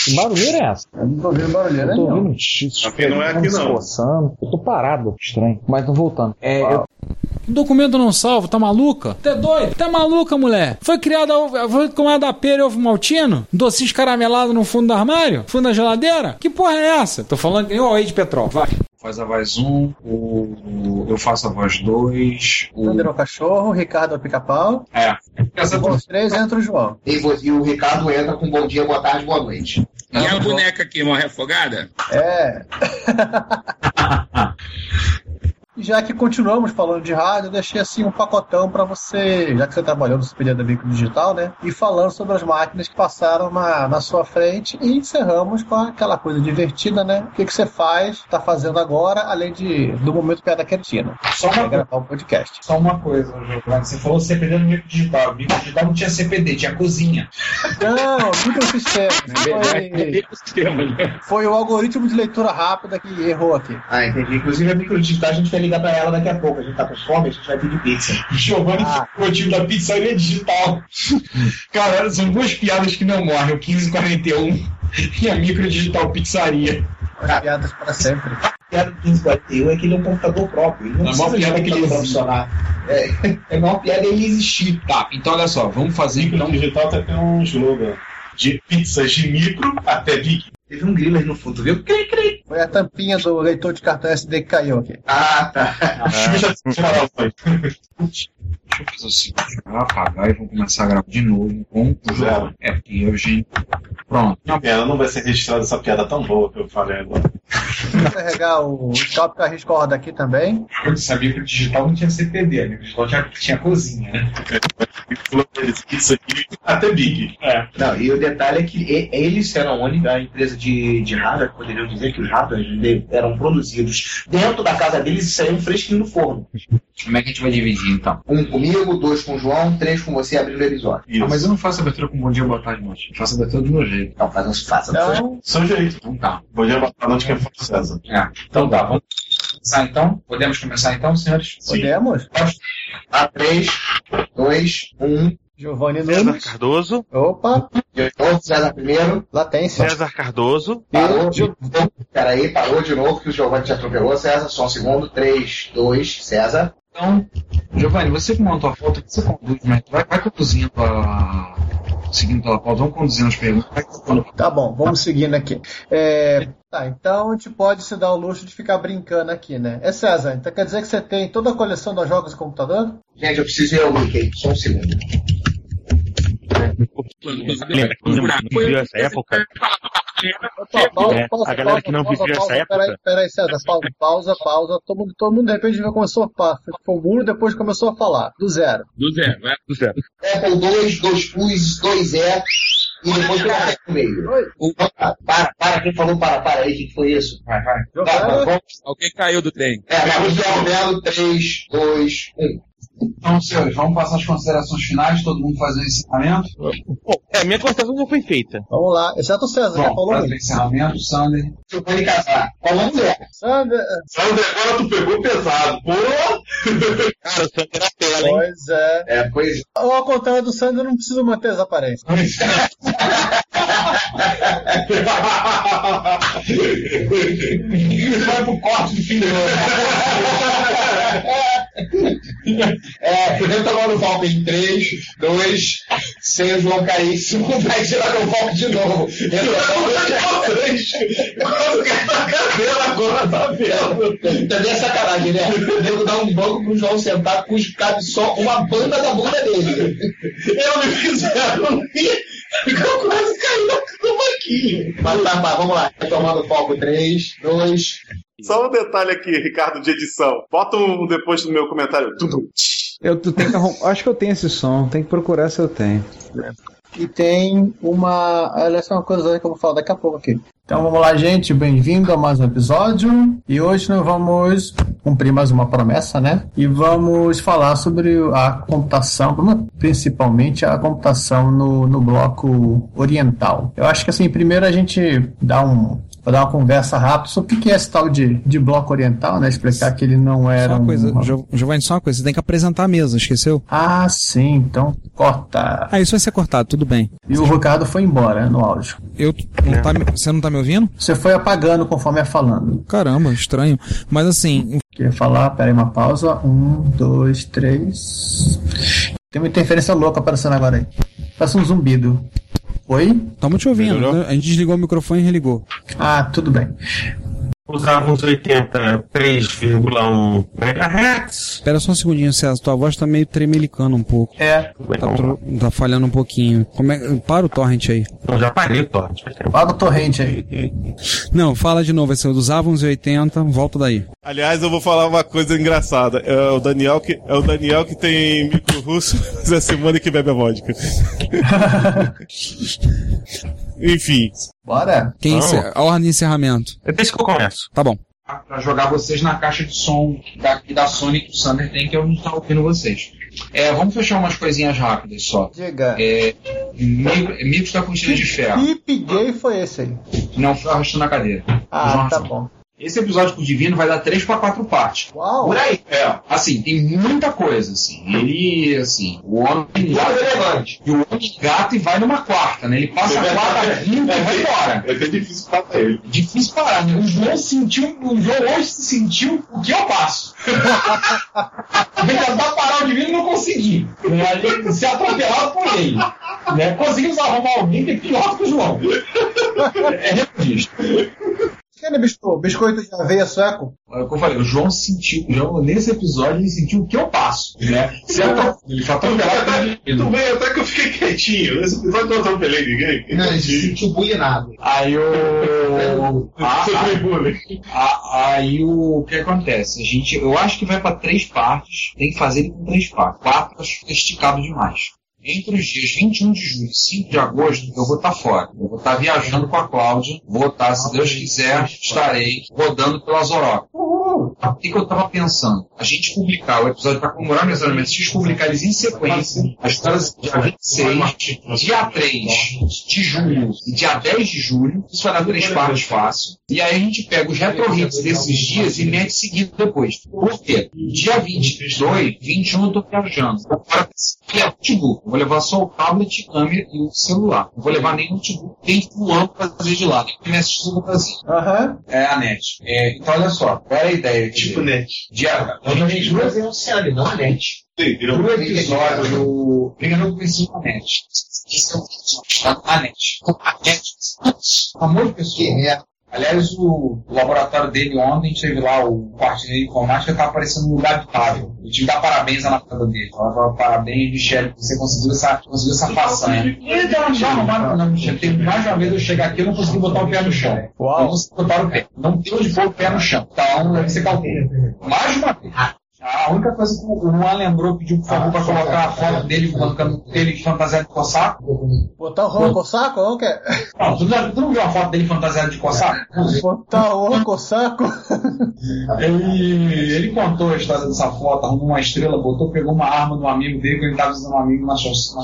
[SPEAKER 12] Que barulheira é essa? Eu não tô ouvindo barulheira, Eu tô
[SPEAKER 8] nenhuma.
[SPEAKER 12] ouvindo x
[SPEAKER 5] Aqui não é aqui, não.
[SPEAKER 12] Coçando. Eu tô parado, estranho. Mas tô voltando. É, eu...
[SPEAKER 15] Documento não salvo, tá maluca? Tá doido? Tá maluca, mulher? Foi criada ovo- foi comida a pera e ovo maltino? Docinho caramelado no fundo do armário? Fundo da geladeira? Que porra é essa? Tô falando que nem o Oi de Petrol, vai.
[SPEAKER 16] Faz a voz 1, o eu faço a voz 2, o
[SPEAKER 8] André é o cachorro, o Ricardo é o pica-pau.
[SPEAKER 16] é.
[SPEAKER 8] Os três entra o João.
[SPEAKER 17] E, vo- e o Ricardo entra com bom dia, boa tarde, boa noite.
[SPEAKER 16] E a boneca aqui, uma refogada?
[SPEAKER 8] É. já que continuamos falando de rádio, eu deixei assim um pacotão pra você, já que você trabalhou no Superior da Bico Digital, né? E falando sobre as máquinas que passaram na, na sua frente e encerramos com aquela coisa divertida, né? O que, que você faz, tá fazendo agora, além de do momento pé da cantina.
[SPEAKER 3] Só uma
[SPEAKER 8] é gravar um podcast.
[SPEAKER 3] Só uma coisa, Giovanni. Você falou CPD no micro digital. O micro digital não tinha CPD, tinha cozinha.
[SPEAKER 8] Não, microsistema.
[SPEAKER 3] verdade, é
[SPEAKER 8] Foi... foi o algoritmo de leitura rápida que errou aqui.
[SPEAKER 4] Ah, entendi. Inclusive a microdigital a gente vai ligar pra ela daqui a pouco. A gente tá com fome, a gente vai pedir pizza. Ah.
[SPEAKER 3] Giovanni ficou o motivo da pizzaria digital. Cara, são duas piadas que não morrem: o 1541 e a micro digital pizzaria.
[SPEAKER 8] Piadas para sempre.
[SPEAKER 4] A piada do 1541 é que ele é um computador próprio. Ele não
[SPEAKER 3] É a
[SPEAKER 4] precisa
[SPEAKER 3] maior
[SPEAKER 4] de um
[SPEAKER 3] piada que ele
[SPEAKER 4] computador
[SPEAKER 3] existe.
[SPEAKER 4] profissional. É, é a maior piada ele existir.
[SPEAKER 3] Tá, então olha só, vamos fazer então.
[SPEAKER 7] digital até tem um slogan. De pizzas de micro até big.
[SPEAKER 4] Teve um grilo aí no fundo, viu?
[SPEAKER 8] Foi a tampinha do leitor de cartão SD que caiu aqui.
[SPEAKER 4] Ah, tá.
[SPEAKER 3] Deixa eu fazer o seguinte, Ah, tá, eu vou apagar e vou começar a gravar de novo com o zero. É, porque eu gente. Pronto.
[SPEAKER 7] Não, piada, É, não vai ser registrada essa piada tão boa que eu falei agora.
[SPEAKER 8] Vou carregar o tópico a riscorda aqui também.
[SPEAKER 3] Eu sabia que o digital não tinha CPD, né? O digital tinha, tinha cozinha, né?
[SPEAKER 7] Isso aqui até big. É.
[SPEAKER 4] Não, e o detalhe é que e- eles eram a única empresa de, de rádio, que poderiam dizer que os rádios de- eram produzidos dentro da casa deles e saíam fresquinho do forno.
[SPEAKER 3] Como é que a gente vai dividir então?
[SPEAKER 4] Um comigo, dois com o João, três com você abrindo o episódio.
[SPEAKER 3] Ah, mas eu não faço abertura com bom dia, boa tarde, noite. Eu faço abertura do meu jeito.
[SPEAKER 4] Então faz uns faça.
[SPEAKER 8] Então,
[SPEAKER 7] São jeito.
[SPEAKER 3] Então tá.
[SPEAKER 7] Bom dia, boa tarde, quem foi o César.
[SPEAKER 3] É. Então tá, vamos começar então? Podemos começar então, senhores?
[SPEAKER 8] Podemos? Tá,
[SPEAKER 4] A 3, 2, 1.
[SPEAKER 8] Giovanni Nunes.
[SPEAKER 18] Cardoso.
[SPEAKER 8] Opa.
[SPEAKER 4] João César primeiro.
[SPEAKER 8] Latência.
[SPEAKER 18] César Cardoso.
[SPEAKER 4] Parou de novo. Peraí, parou de novo que o Giovanni te atropelou, César. Só um segundo. 3, 2, César.
[SPEAKER 3] Então, Giovanni, você que montou a pauta, você conduz, mas vai, vai conduzindo a. Seguindo pela pauta, vamos conduzindo as perguntas. Vai colocando-
[SPEAKER 8] Tá bom, vamos seguindo aqui. É, tá, então a gente pode se dar o luxo de ficar brincando aqui, né? É César, então quer dizer que você tem toda a coleção dos jogos de computador?
[SPEAKER 4] Gente, eu preciso ir ao link aí. Só um segundo.
[SPEAKER 6] Não viveu essa época?
[SPEAKER 8] Opa, pausa,
[SPEAKER 6] É,
[SPEAKER 8] pausa,
[SPEAKER 6] a galera
[SPEAKER 8] pausa,
[SPEAKER 6] que não
[SPEAKER 8] pausa,
[SPEAKER 6] viveu
[SPEAKER 8] pausa,
[SPEAKER 6] essa época.
[SPEAKER 8] Peraí, peraí, César, pausa, pausa, pausa. Todo mundo, todo mundo de repente já começou a falar. Foi o muro, depois começou a falar. Do zero.
[SPEAKER 6] Do zero, né? Do zero.
[SPEAKER 4] Apple 2, 2 Plus, 2 E. E depois tem a no meio. Um, para, para, quem falou para, para aí, o que foi isso?
[SPEAKER 6] Vai, vai.
[SPEAKER 4] Tá, tá,
[SPEAKER 6] Alguém caiu do trem.
[SPEAKER 4] É, Gabriel Melo, 3, 2, 1.
[SPEAKER 3] Então, senhores, vamos passar as considerações finais, todo mundo fazer o encerramento.
[SPEAKER 18] É, minha cortação já foi feita.
[SPEAKER 8] Vamos lá, exceto o César, já
[SPEAKER 6] tá
[SPEAKER 8] falou
[SPEAKER 3] Fazer o
[SPEAKER 8] muito.
[SPEAKER 3] um encerramento, Sander.
[SPEAKER 4] Giovanni Casar. Falando é.
[SPEAKER 8] Sander,
[SPEAKER 7] Sander, agora tu pegou pesado. Pô!
[SPEAKER 18] Cara, o Sander na tela, hein?
[SPEAKER 8] pois é.
[SPEAKER 4] É, pois
[SPEAKER 8] Ou ao contrário do Sander, não precisa manter as aparências.
[SPEAKER 4] Vai pro corte do fim do ano. É, eu tomar no Valve em 3, 2, sem o João Caríssimo, vai tirar no Valve de novo. agora tá vendo? Tá bem sacanagem, né? O nego dá um banco pro João sentar, cujo cabe só uma banda da bunda dele. Eu me fizeram um eu quase caí no banquinho. Mas tá, mas vamos lá. Tomando foco 3, 2.
[SPEAKER 7] Só um detalhe aqui, Ricardo, de edição. Bota um depois do meu comentário. Tudum.
[SPEAKER 19] Eu tu tem que arrum- Acho que eu tenho esse som, tem que procurar se eu tenho.
[SPEAKER 8] E tem uma. Olha, essa é uma coisa que eu vou falar daqui a pouco aqui. Então vamos lá, gente. Bem-vindo a mais um episódio. E hoje nós vamos cumprir mais uma promessa, né? E vamos falar sobre a computação, principalmente a computação no, no bloco oriental. Eu acho que assim, primeiro a gente dá um. Vou dar uma conversa rápida sobre o que é esse tal de, de bloco oriental, né? Explicar que ele não era
[SPEAKER 20] Só uma coisa,
[SPEAKER 8] uma-
[SPEAKER 20] Jo- Giovanni, só uma coisa, você tem que apresentar a mesa, esqueceu?
[SPEAKER 8] Ah, sim, então corta.
[SPEAKER 20] Ah, isso vai ser cortado, tudo bem.
[SPEAKER 8] E o Ricardo foi embora né, no áudio.
[SPEAKER 20] Eu, não tá me- você não tá me ouvindo?
[SPEAKER 8] Você foi apagando conforme ia falando.
[SPEAKER 20] Caramba, estranho. Mas assim.
[SPEAKER 8] Queria falar, peraí, uma pausa. Um, dois, três. Tem uma interferência louca aparecendo agora aí. Parece um zumbido. Oi?
[SPEAKER 20] Estamos te ouvindo. né? A gente desligou o microfone e religou.
[SPEAKER 8] Ah, tudo bem.
[SPEAKER 6] usava uns 83,1 MHz.
[SPEAKER 3] Espera só um segundinho, César. Tua voz tá meio tremelicando um pouco.
[SPEAKER 6] É.
[SPEAKER 3] Tá, tro- tá falhando um pouquinho. Como é... Para o torrent aí.
[SPEAKER 6] Eu então já parei o torrent.
[SPEAKER 8] Paga o torrente aí.
[SPEAKER 3] Não, fala de novo. é Você usava uns 80, volta daí.
[SPEAKER 21] Aliás, eu vou falar uma coisa engraçada. É o Daniel que, é o Daniel que tem micro russo, mas é a semana que bebe a vodka. Enfim.
[SPEAKER 8] Bora.
[SPEAKER 3] Quem
[SPEAKER 21] Vamos.
[SPEAKER 3] encerra- A ordem de encerramento.
[SPEAKER 6] É desde que eu começo.
[SPEAKER 3] Tá bom.
[SPEAKER 4] Pra jogar vocês na caixa de som da, que da Sony que o Sander tem, que eu não tá ouvindo vocês. É, vamos fechar umas coisinhas rápidas só.
[SPEAKER 8] Diga.
[SPEAKER 4] É, Mico Mico está com cheiro de ferro.
[SPEAKER 8] Hip gay foi esse aí.
[SPEAKER 4] Não, foi arrastando a cadeira.
[SPEAKER 8] Ah, tá bom.
[SPEAKER 4] Esse episódio com o Divino vai dar três para quatro partes.
[SPEAKER 8] Uau!
[SPEAKER 4] Por aí. É. Assim, tem muita coisa, assim. Ele, assim, o homem gato. E o homem gato e vai numa quarta, né? Ele passa
[SPEAKER 5] É
[SPEAKER 4] a quarta, quinta e vai embora.
[SPEAKER 5] Vai ser é difícil parar ele.
[SPEAKER 4] Difícil parar, né? O João sentiu. O João hoje sentiu o que eu passo. Vem tentar parar o divino e não consegui. Né? Ali, Ser atropelado por ele. Né? Conseguimos arrumar alguém que é pior que o João. É reprodista.
[SPEAKER 8] Que era biscoito? Biscoito de aveia sueco?
[SPEAKER 4] Como eu falei, o João sentiu, o João, nesse episódio, ele sentiu o que eu passo. Né? Ser atro- Ele foi atropelado por ele.
[SPEAKER 5] Tudo bem, até que eu fiquei quietinho. Esse episódio eu não é atropelei ninguém.
[SPEAKER 4] Não, ele se
[SPEAKER 5] sentiu bulinado.
[SPEAKER 4] Aí o. Ah,
[SPEAKER 5] Sofri
[SPEAKER 4] ah, aí o que acontece? A gente, eu acho que vai pra três partes. Tem que fazer ele com três partes. Quatro acho que é esticado demais. Entre os dias 21 de julho e 5 de agosto, eu vou estar fora. Eu vou estar viajando com a Cláudia. Vou estar, se Deus quiser, estarei rodando pelas Europa. O que, que eu estava pensando? A gente publicar o episódio para comemorar meus anos, mas se a gente publicar eles em sequência, as histórias dia 26, dia 3 de julho e dia 10 de julho, isso vai dar três partes fácil. E aí a gente pega os retro-hits desses dias e mete seguido depois. Por quê? Dia 22, 21 eu tô viajando. Agora, se é notebook, eu vou levar só o tablet, câmera e o celular. Não vou levar nenhum notebook, tem fulano pra fazer de lado. Tem MSX no Brasil. É a net. É, então, olha só, qual era a ideia? Tipo net. Dia, duas é um cenário, não a net. Pro um episódio, primeiro eu comecei com a net. Esse é o episódio da net. A net. Amor de pessoa. é. Aliás, o laboratório dele ontem, a gente teve lá o parte dele informática, tá aparecendo um lugar habitável. Eu tive que dar parabéns à marcada dele. Falava, parabéns, Michele, que você conseguiu essa, conseguiu essa façanha. Então, já arrumaram, não, Michele, tem mais uma vez eu chegar aqui e não consegui botar o pé no chão. Uau. Não consegui botar o pé. Não tem onde pôr o pé no chão. Então, deve ser calcula. Mais uma vez. A única coisa que o Juan lembrou, pediu por favor pra colocar a foto dele, colocando ele fantasiado de cossaco.
[SPEAKER 8] Botar o Juan saco? Como que é?
[SPEAKER 4] Não, tu não tu não viu a foto dele fantasiado de cossaco?
[SPEAKER 8] Botar o Juan saco?
[SPEAKER 4] Ele, ele contou a história dessa foto, arrumou uma estrela, botou, pegou uma arma de um amigo dele, que ele estava usando um amigo em Massachusetts.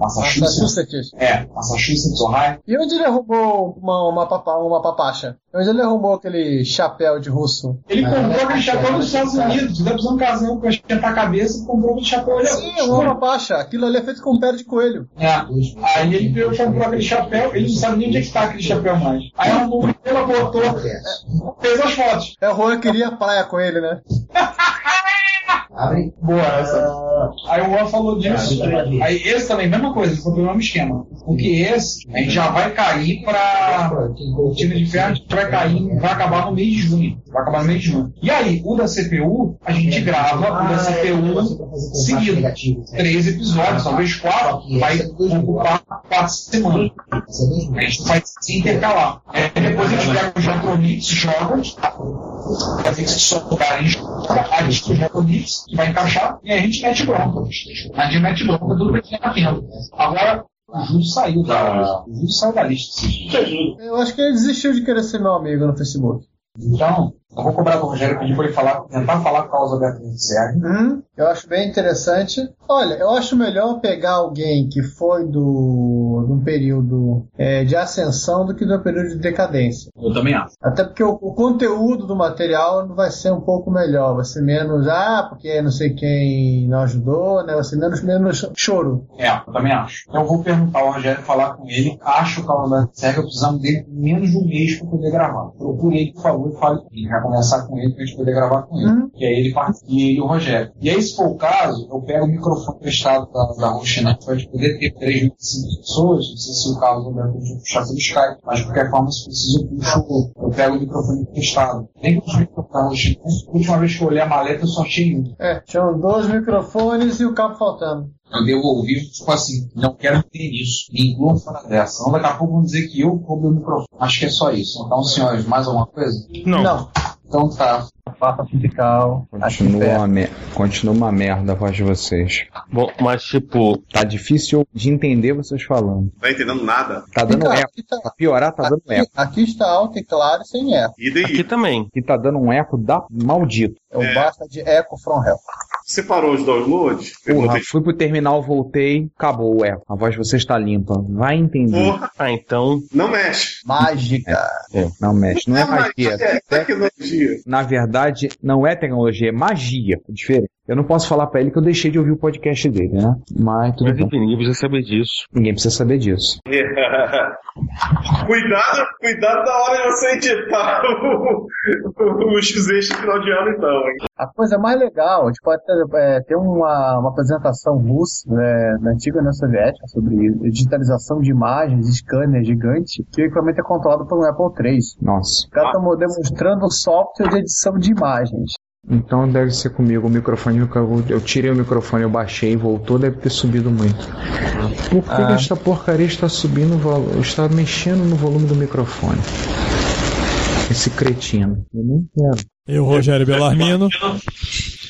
[SPEAKER 4] Massachusetts.
[SPEAKER 8] Massachusetts.
[SPEAKER 4] É, Massachusetts, Ohio.
[SPEAKER 8] E onde ele arrumou uma, uma, papa, uma papacha? Onde ele arrumou aquele chapéu de russo?
[SPEAKER 4] Ele comprou aquele chapéu nos Estados Unidos, deu pra um casão pra esquentar a cabeça e comprou aquele chapéu. Olha,
[SPEAKER 8] Sim, é uma papacha. Aquilo ali é feito com pele de coelho.
[SPEAKER 4] É, aí ele pegou, comprou aquele chapéu, ele não sabe nem onde é que tá aquele chapéu mais. Aí arrumou uma estrela, botou, fez as fotos.
[SPEAKER 8] É, o Juan queria praia com ele, né?
[SPEAKER 4] Abre. Boa, essa. Aí o Juan falou disso. Aí esse também, mesma coisa, foi pelo mesmo esquema. Porque esse, a gente já vai cair pra. Cortina Ah, de ferro, a gente vai cair, vai acabar no mês de junho. Vai acabar no mês de junho. E aí, o da CPU, a gente grava o da CPU seguido. Três episódios, talvez quatro, vai ocupar quatro semanas. A gente vai se intercalar. Aí depois a gente pega os Jacomix, joga, vai ter que se soltar em joga, a gente pega os Jacomix, que vai encaixar, e aí a gente mete bronca. A gente mete bronca, tudo que a gente tá tendo. Agora, o Júlio saiu da, o Júlio saiu da lista.
[SPEAKER 8] Eu acho que ele desistiu de querer ser meu amigo no Facebook.
[SPEAKER 4] Então, eu vou cobrar do Rogério pedir pra ele falar, tentar falar com a causa aberta de serve.
[SPEAKER 8] Hum, eu acho bem interessante. Olha, eu acho melhor pegar alguém que foi do de um período é, de ascensão do que do período de decadência.
[SPEAKER 4] Eu também acho.
[SPEAKER 8] Até porque o, o conteúdo do material vai ser um pouco melhor, vai ser menos ah, porque não sei quem não ajudou, né? Vai ser menos menos choro.
[SPEAKER 4] É, eu também acho. Então eu vou perguntar ao Rogério falar com ele. Acho que o Alan Serra, precisamos dele com menos de um mês para poder gravar. Procure ele, por favor, e fale com ele. Vai conversar com ele para a gente poder gravar com ele.
[SPEAKER 8] Uhum.
[SPEAKER 4] E aí ele participa, e ele e o Rogério. E né, aí, se for o caso, eu pego o microfone prestado da, da Roxinante para a gente poder ter 3.500 pessoas. coisas. Não sei se o Carlos Alberto podia puxar pelo Skype, mas de qualquer forma, se precisa, eu puxo, eu pego o microfone emprestado. Nem que os microfones, né? a última vez que eu olhei a maleta, eu só achei um.
[SPEAKER 8] É, tinham dois microfones e o cabo faltando.
[SPEAKER 4] Eu devolvi, tipo assim, não quero ter isso. Me incluam fora dessa. Senão daqui a pouco vão dizer que eu roubei o microfone. Acho que é só isso. Então, senhores, mais alguma coisa?
[SPEAKER 6] Não.
[SPEAKER 4] Então tá.
[SPEAKER 8] Papa sindical.
[SPEAKER 3] Continua uma, mer- continua uma merda a voz de vocês.
[SPEAKER 6] Bom, mas tipo.
[SPEAKER 3] Tá difícil de entender vocês falando.
[SPEAKER 7] Não tá entendendo nada.
[SPEAKER 3] Tá dando
[SPEAKER 4] Então,
[SPEAKER 7] Fica-
[SPEAKER 3] eco. Pra piorar, tá dando eco.
[SPEAKER 8] Aqui está alto e claro e sem eco.
[SPEAKER 7] Aqui
[SPEAKER 6] também.
[SPEAKER 3] Aqui tá dando um eco da maldito.
[SPEAKER 4] É um
[SPEAKER 8] Eu basta de eco from hell.
[SPEAKER 7] Você parou os downloads?
[SPEAKER 3] Porra, fui pro terminal, voltei, acabou o eco. A voz de vocês tá limpa. Vai entender.
[SPEAKER 4] Hum.
[SPEAKER 7] Porra.
[SPEAKER 6] Ah, então.
[SPEAKER 7] Não mexe.
[SPEAKER 8] Mágica.
[SPEAKER 3] Não mexe. Não é
[SPEAKER 7] Não é
[SPEAKER 3] magia.
[SPEAKER 7] magia, é tecnologia.
[SPEAKER 3] Na verdade, não é tecnologia, é magia. É diferente. Eu não posso falar pra ele que eu deixei de ouvir o podcast dele, né? Mas tudo bem.
[SPEAKER 6] ninguém precisa saber disso.
[SPEAKER 3] Ninguém precisa saber disso.
[SPEAKER 7] cuidado, cuidado da hora de você editar o, o, o XZ final de ano, então, hein?
[SPEAKER 8] A coisa mais legal, a gente pode ter, é, ter uma, uma apresentação russa é, da antiga União Soviética sobre digitalização de imagens, scanner gigante, que o equipamento é controlado por um Apple III.
[SPEAKER 3] Nossa.
[SPEAKER 8] Os caras estão tá demonstrando o software de edição de imagens.
[SPEAKER 3] Então deve ser comigo o microfone. que Eu eu tirei o microfone, eu baixei, voltou, deve ter subido muito. Por que, que
[SPEAKER 8] Ah.
[SPEAKER 3] esta porcaria está subindo o volu- Está mexendo no volume do microfone. Esse cretino. Eu nem quero.
[SPEAKER 22] Eu, Rogério Belarmino.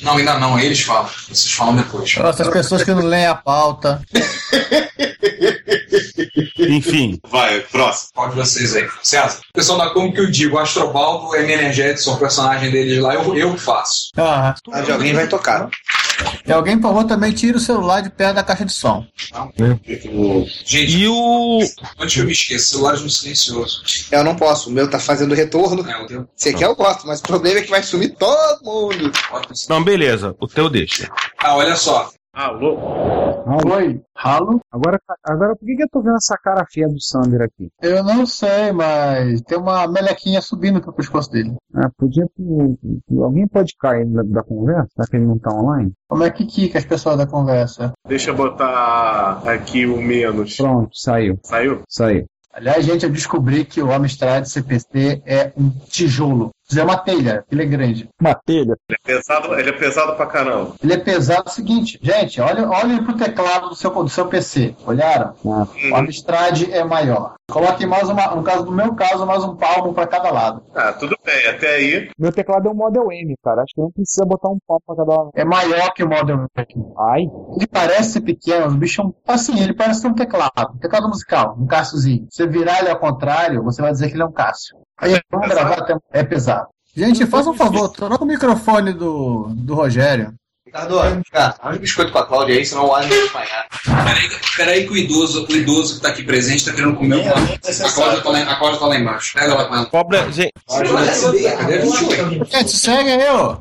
[SPEAKER 4] Não, ainda não. Eles falam. Vocês falam depois.
[SPEAKER 8] Nossa, as pessoas que não leem a pauta.
[SPEAKER 6] Enfim.
[SPEAKER 7] Vai, próximo.
[SPEAKER 4] Qual de vocês aí? César? O pessoal da Como que eu digo, o Astrobaldo, Eminem Jetson, o personagem deles lá, eu, eu que faço.
[SPEAKER 8] Ah,
[SPEAKER 4] de alguém vai tocar.
[SPEAKER 8] e alguém por favor também tira o celular de perto da caixa de som.
[SPEAKER 4] Gente,
[SPEAKER 6] e o.
[SPEAKER 4] Antes que eu me esqueça, o celular é um silencioso.
[SPEAKER 23] Eu não posso, o meu tá fazendo retorno.
[SPEAKER 4] É,
[SPEAKER 23] Esse aqui eu gosto, mas o problema é que vai sumir todo mundo.
[SPEAKER 6] Não, beleza. O teu deixa.
[SPEAKER 4] Ah, olha só.
[SPEAKER 3] Alô? Oi? Alô? Agora, agora por que, que eu tô vendo essa cara feia do Sander aqui?
[SPEAKER 8] Eu não sei, mas tem uma melequinha subindo pro pescoço dele.
[SPEAKER 3] Ah, podia. Alguém pode cair da, da conversa? Será que ele não tá online?
[SPEAKER 8] Como é que quica as pessoas da conversa?
[SPEAKER 7] Deixa eu botar aqui o menos.
[SPEAKER 3] Pronto, saiu.
[SPEAKER 7] Saiu?
[SPEAKER 3] Saiu.
[SPEAKER 8] Aliás, gente, eu descobri que o Amstrad CPC é um tijolo. Isso é uma telha, ele é grande.
[SPEAKER 3] Uma telha?
[SPEAKER 7] Ele é pesado, ele é pesado pra caramba.
[SPEAKER 8] Ele é pesado é o seguinte, gente, olha, olhem pro teclado do seu, do seu PC. Olharam? O Amstrad é maior. Coloque mais uma, no caso do meu caso, mais um palmo para cada lado.
[SPEAKER 7] Ah, tudo bem, até aí.
[SPEAKER 3] Meu teclado é um Model M, cara. Acho que não precisa botar um pau pra cada um.
[SPEAKER 8] É maior que o Model M.
[SPEAKER 3] Ai.
[SPEAKER 8] Ele parece ser pequeno, os bichos. são- Assim, ele parece um teclado. Um teclado musical, um Cássiozinho. Se você virar ele ao contrário, você vai dizer que ele é um Cássio. Aí vamos gravar até. É pesado. Gente, faz um favor, troca o microfone do, do Rogério.
[SPEAKER 4] Ricardo, olha, cara, abre o biscoito pra Cláudia é aí, senão o Alan vai apanhar. Peraí, peraí que o idoso, o idoso que tá aqui presente tá querendo comer uma. A Cláudia tá lá, a Cláudia tá lá embaixo. Pega ela com ela.
[SPEAKER 6] Cobra, gente.
[SPEAKER 8] Gente, É, segue eu.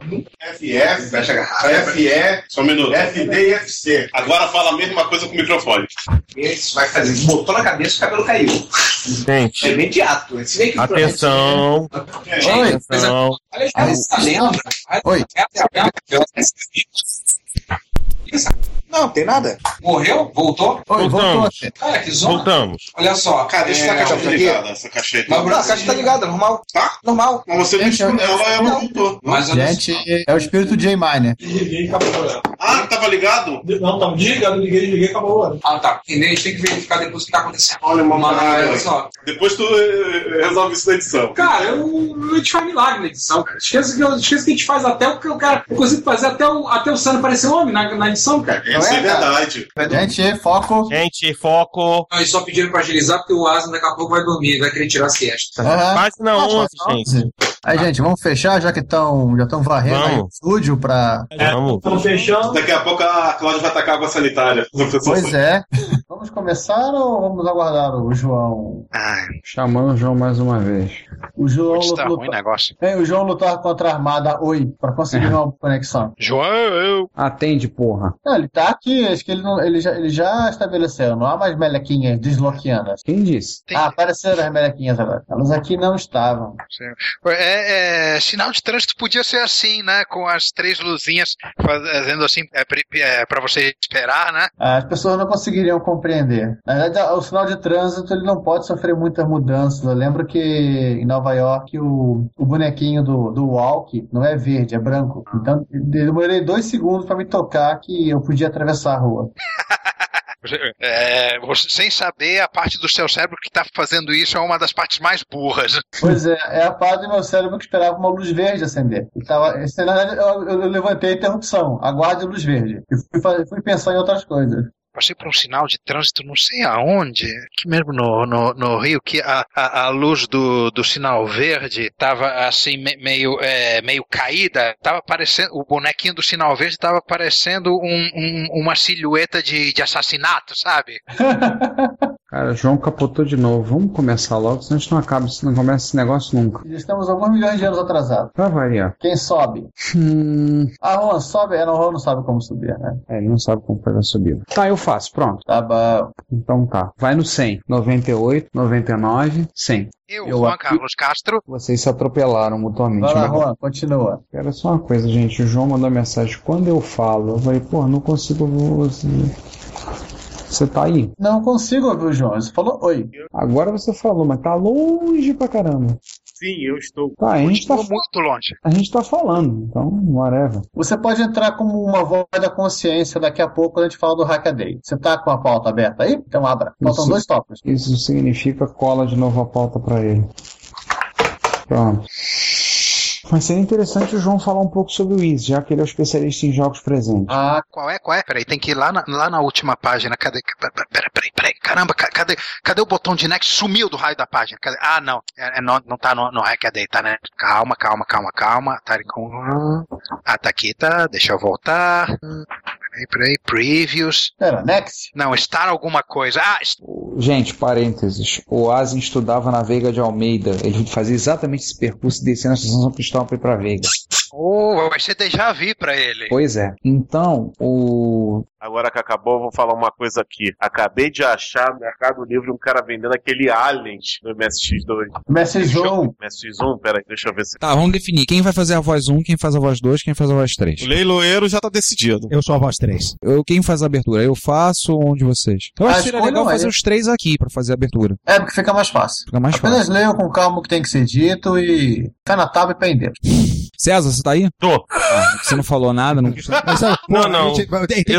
[SPEAKER 7] FF, fecha a garrafa. FE, só um minuto. FD e FC. Agora fala a mesma coisa com o microfone.
[SPEAKER 4] Esse vai fazer. Botou na cabeça e o cabelo caiu. É
[SPEAKER 6] Gente.
[SPEAKER 4] imediato. Se bem que
[SPEAKER 6] Atenção.
[SPEAKER 4] Gente,
[SPEAKER 6] Atenção.
[SPEAKER 4] Aliás, essa lenda. Oi. Não, tem nada. Morreu? Voltou?
[SPEAKER 6] Voltamos.
[SPEAKER 4] Cara, que zona.
[SPEAKER 6] Voltamos.
[SPEAKER 4] Olha só, cara, deixa eu é,
[SPEAKER 7] É,
[SPEAKER 4] a caixa
[SPEAKER 7] tá
[SPEAKER 4] aqui.
[SPEAKER 7] ligada, essa cacheta.
[SPEAKER 4] Não, a caixa tá ligada, normal. Tá? Normal.
[SPEAKER 7] Mas você
[SPEAKER 8] Gente, eu-
[SPEAKER 7] ela, é ela voltou.
[SPEAKER 4] Mas
[SPEAKER 8] Gente, é o espírito J Miner.
[SPEAKER 7] Ah, tava ligado?
[SPEAKER 4] Não, tava desligado, liguei, liguei, acabou. Ah, tá. Entendeu? A gente tem que verificar depois o que tá acontecendo. Olha, Mas, olha só.
[SPEAKER 7] Depois tu eh, resolve isso na edição.
[SPEAKER 4] Cara, eu não a gente faz milagre na edição, cara. Esqueça que, eu- esqueça que a gente faz até o que o cara. Eu consigo fazer até o, até o Sano parecer homem na, na edição, cara.
[SPEAKER 7] Isso é verdade.
[SPEAKER 8] Gente, foco.
[SPEAKER 6] Gente, foco.
[SPEAKER 4] Eles só pediram pra agilizar porque o Asno daqui a pouco vai dormir, vai querer tirar a siesta.
[SPEAKER 8] Aham.
[SPEAKER 6] Página 11, gente.
[SPEAKER 8] Aí, gente, vamos fechar, já que estão já estão varrendo aí o
[SPEAKER 7] Vamos.
[SPEAKER 8] estúdio pra.
[SPEAKER 6] Vamos.
[SPEAKER 7] fechando. Daqui a pouco a Cláudia vai tacar água sanitária.
[SPEAKER 8] Pois é. Vamos começar ou vamos aguardar o João?
[SPEAKER 3] Chamando o João mais uma vez.
[SPEAKER 8] O João lutou-
[SPEAKER 3] negócio.
[SPEAKER 8] É, o João lutar contra a armada Oi pra conseguir uma conexão.
[SPEAKER 3] João, Atende, porra.
[SPEAKER 8] Não, ele tá aqui, acho que ele, não- ele, já, ele já estabeleceu. Não há mais melequinhas desloquianas.
[SPEAKER 3] Quem disse?
[SPEAKER 8] Ah, apareceram as melequinhas agora. Elas aqui não estavam.
[SPEAKER 24] É, é, sinal de trânsito podia ser assim, né? Com as três luzinhas fazendo assim é, para você esperar, né?
[SPEAKER 8] As Ah, pessoas não conseguiriam entender. Na verdade, o sinal de trânsito ele não pode sofrer muitas mudanças. Eu lembro que em Nova York o, o bonequinho do, do Walk não é verde, é branco. Então eu demorei dois segundos para me tocar que eu podia atravessar a rua.
[SPEAKER 7] É, você- sem saber, a parte do seu cérebro que está fazendo isso é uma das partes mais burras.
[SPEAKER 8] Pois é, é a parte do meu cérebro que esperava uma luz verde acender. Eu, tava, esse- na verdade, eu, eu- eu levantei a interrupção, aguarde a luz verde. E fui, fa- fui pensar em outras coisas.
[SPEAKER 7] Passei por um sinal de trânsito, não sei aonde, que mesmo no, no, no Rio, que a, a, a luz do, do sinal verde estava assim, me- meio, é, meio caída. Tava parecendo, o bonequinho do sinal verde estava parecendo um- um- uma silhueta de, de assassinato, sabe?
[SPEAKER 25] Cara, João capotou de novo. Vamos começar logo, senão a gente não acaba, se não começa esse negócio nunca.
[SPEAKER 8] Já estamos alguns milhões de anos atrasados.
[SPEAKER 25] Pra variar.
[SPEAKER 8] Quem sobe?
[SPEAKER 25] Hum.
[SPEAKER 8] A Juan sobe? É, não, a Juan não sabe como subir, né?
[SPEAKER 25] É, ele não sabe como fazer a subida. Tá, eu faço, pronto.
[SPEAKER 8] Tá bom.
[SPEAKER 25] Então tá. Vai no 100. 98, 99, 100.
[SPEAKER 7] Eu,
[SPEAKER 25] Eu
[SPEAKER 7] Juan
[SPEAKER 25] aqui-
[SPEAKER 7] Carlos Castro.
[SPEAKER 25] Vocês se atropelaram mutuamente.
[SPEAKER 7] Vai lá,
[SPEAKER 25] mas-
[SPEAKER 8] Juan, continua.
[SPEAKER 25] Era só uma coisa, gente. O João mandou mensagem. Quando eu falo, eu falei, pô, não consigo. Você, você tá aí.
[SPEAKER 8] Não consigo ouvir o João. Você falou oi.
[SPEAKER 25] Agora você falou, mas tá longe pra caramba.
[SPEAKER 26] Sim, eu estou.
[SPEAKER 25] Tá, a gente tá,
[SPEAKER 7] muito longe.
[SPEAKER 25] a gente tá falando, então, whatever.
[SPEAKER 8] Você pode entrar como uma voz da consciência daqui a pouco quando a gente fala do Hackaday. Você tá com a pauta aberta aí? Então abra. Faltam
[SPEAKER 25] Isso.
[SPEAKER 8] dois tópicos.
[SPEAKER 25] Isso significa cola de novo a pauta pra ele. Pronto. Mas seria interessante o João falar um pouco sobre o Wiz, já que ele é o especialista em jogos presentes.
[SPEAKER 8] Ah,
[SPEAKER 7] Qual é, qual é? Peraí, tem que ir lá na, lá na última página. Cadê? Peraí, peraí, peraí. peraí. Caramba, ca- cadê, cadê o botão de next? Sumiu do raio da página. Cadê? Ah, não. É, é, não, não tá no, no Hackaday, tá, né? Calma, calma, calma, calma. Tá ali com... Ah, tá aqui, tá. Deixa eu voltar. Peraí, peraí. Previews.
[SPEAKER 8] Pera, next?
[SPEAKER 7] Não, estar alguma coisa. Ah, est-
[SPEAKER 27] Gente, parênteses. O Asin estudava na Veiga de Almeida. Ele fazia exatamente esse percurso descendo a estação São Cristóvão para ir para Veiga.
[SPEAKER 7] oh, vai ser déjà vu pra ele.
[SPEAKER 27] Pois é. Então, o.
[SPEAKER 26] Agora que acabou, eu vou falar uma coisa aqui. Acabei de achar no Mercado Livre um cara vendendo aquele Alien do MSX2.
[SPEAKER 8] MSX1.
[SPEAKER 26] MSX1, peraí, deixa eu ver se.
[SPEAKER 3] Tá, vamos definir. Quem vai fazer a voz 1, quem faz a voz 2, quem faz a voz 3.
[SPEAKER 28] O leiloeiro já tá decidido.
[SPEAKER 3] Eu sou a voz 3. Eu, quem faz a abertura? Eu faço ou um de vocês?
[SPEAKER 8] Ah,
[SPEAKER 3] Eu acho que seria legal fazer os três aqui pra fazer a abertura.
[SPEAKER 8] É, porque fica mais fácil.
[SPEAKER 3] Fica mais fácil.
[SPEAKER 8] Apenas leiam com calma o que tem que ser dito e cai na tábua e prenderam.
[SPEAKER 3] César, você tá aí?
[SPEAKER 6] Tô.
[SPEAKER 3] você não falou nada? Não...
[SPEAKER 6] não, não. eu,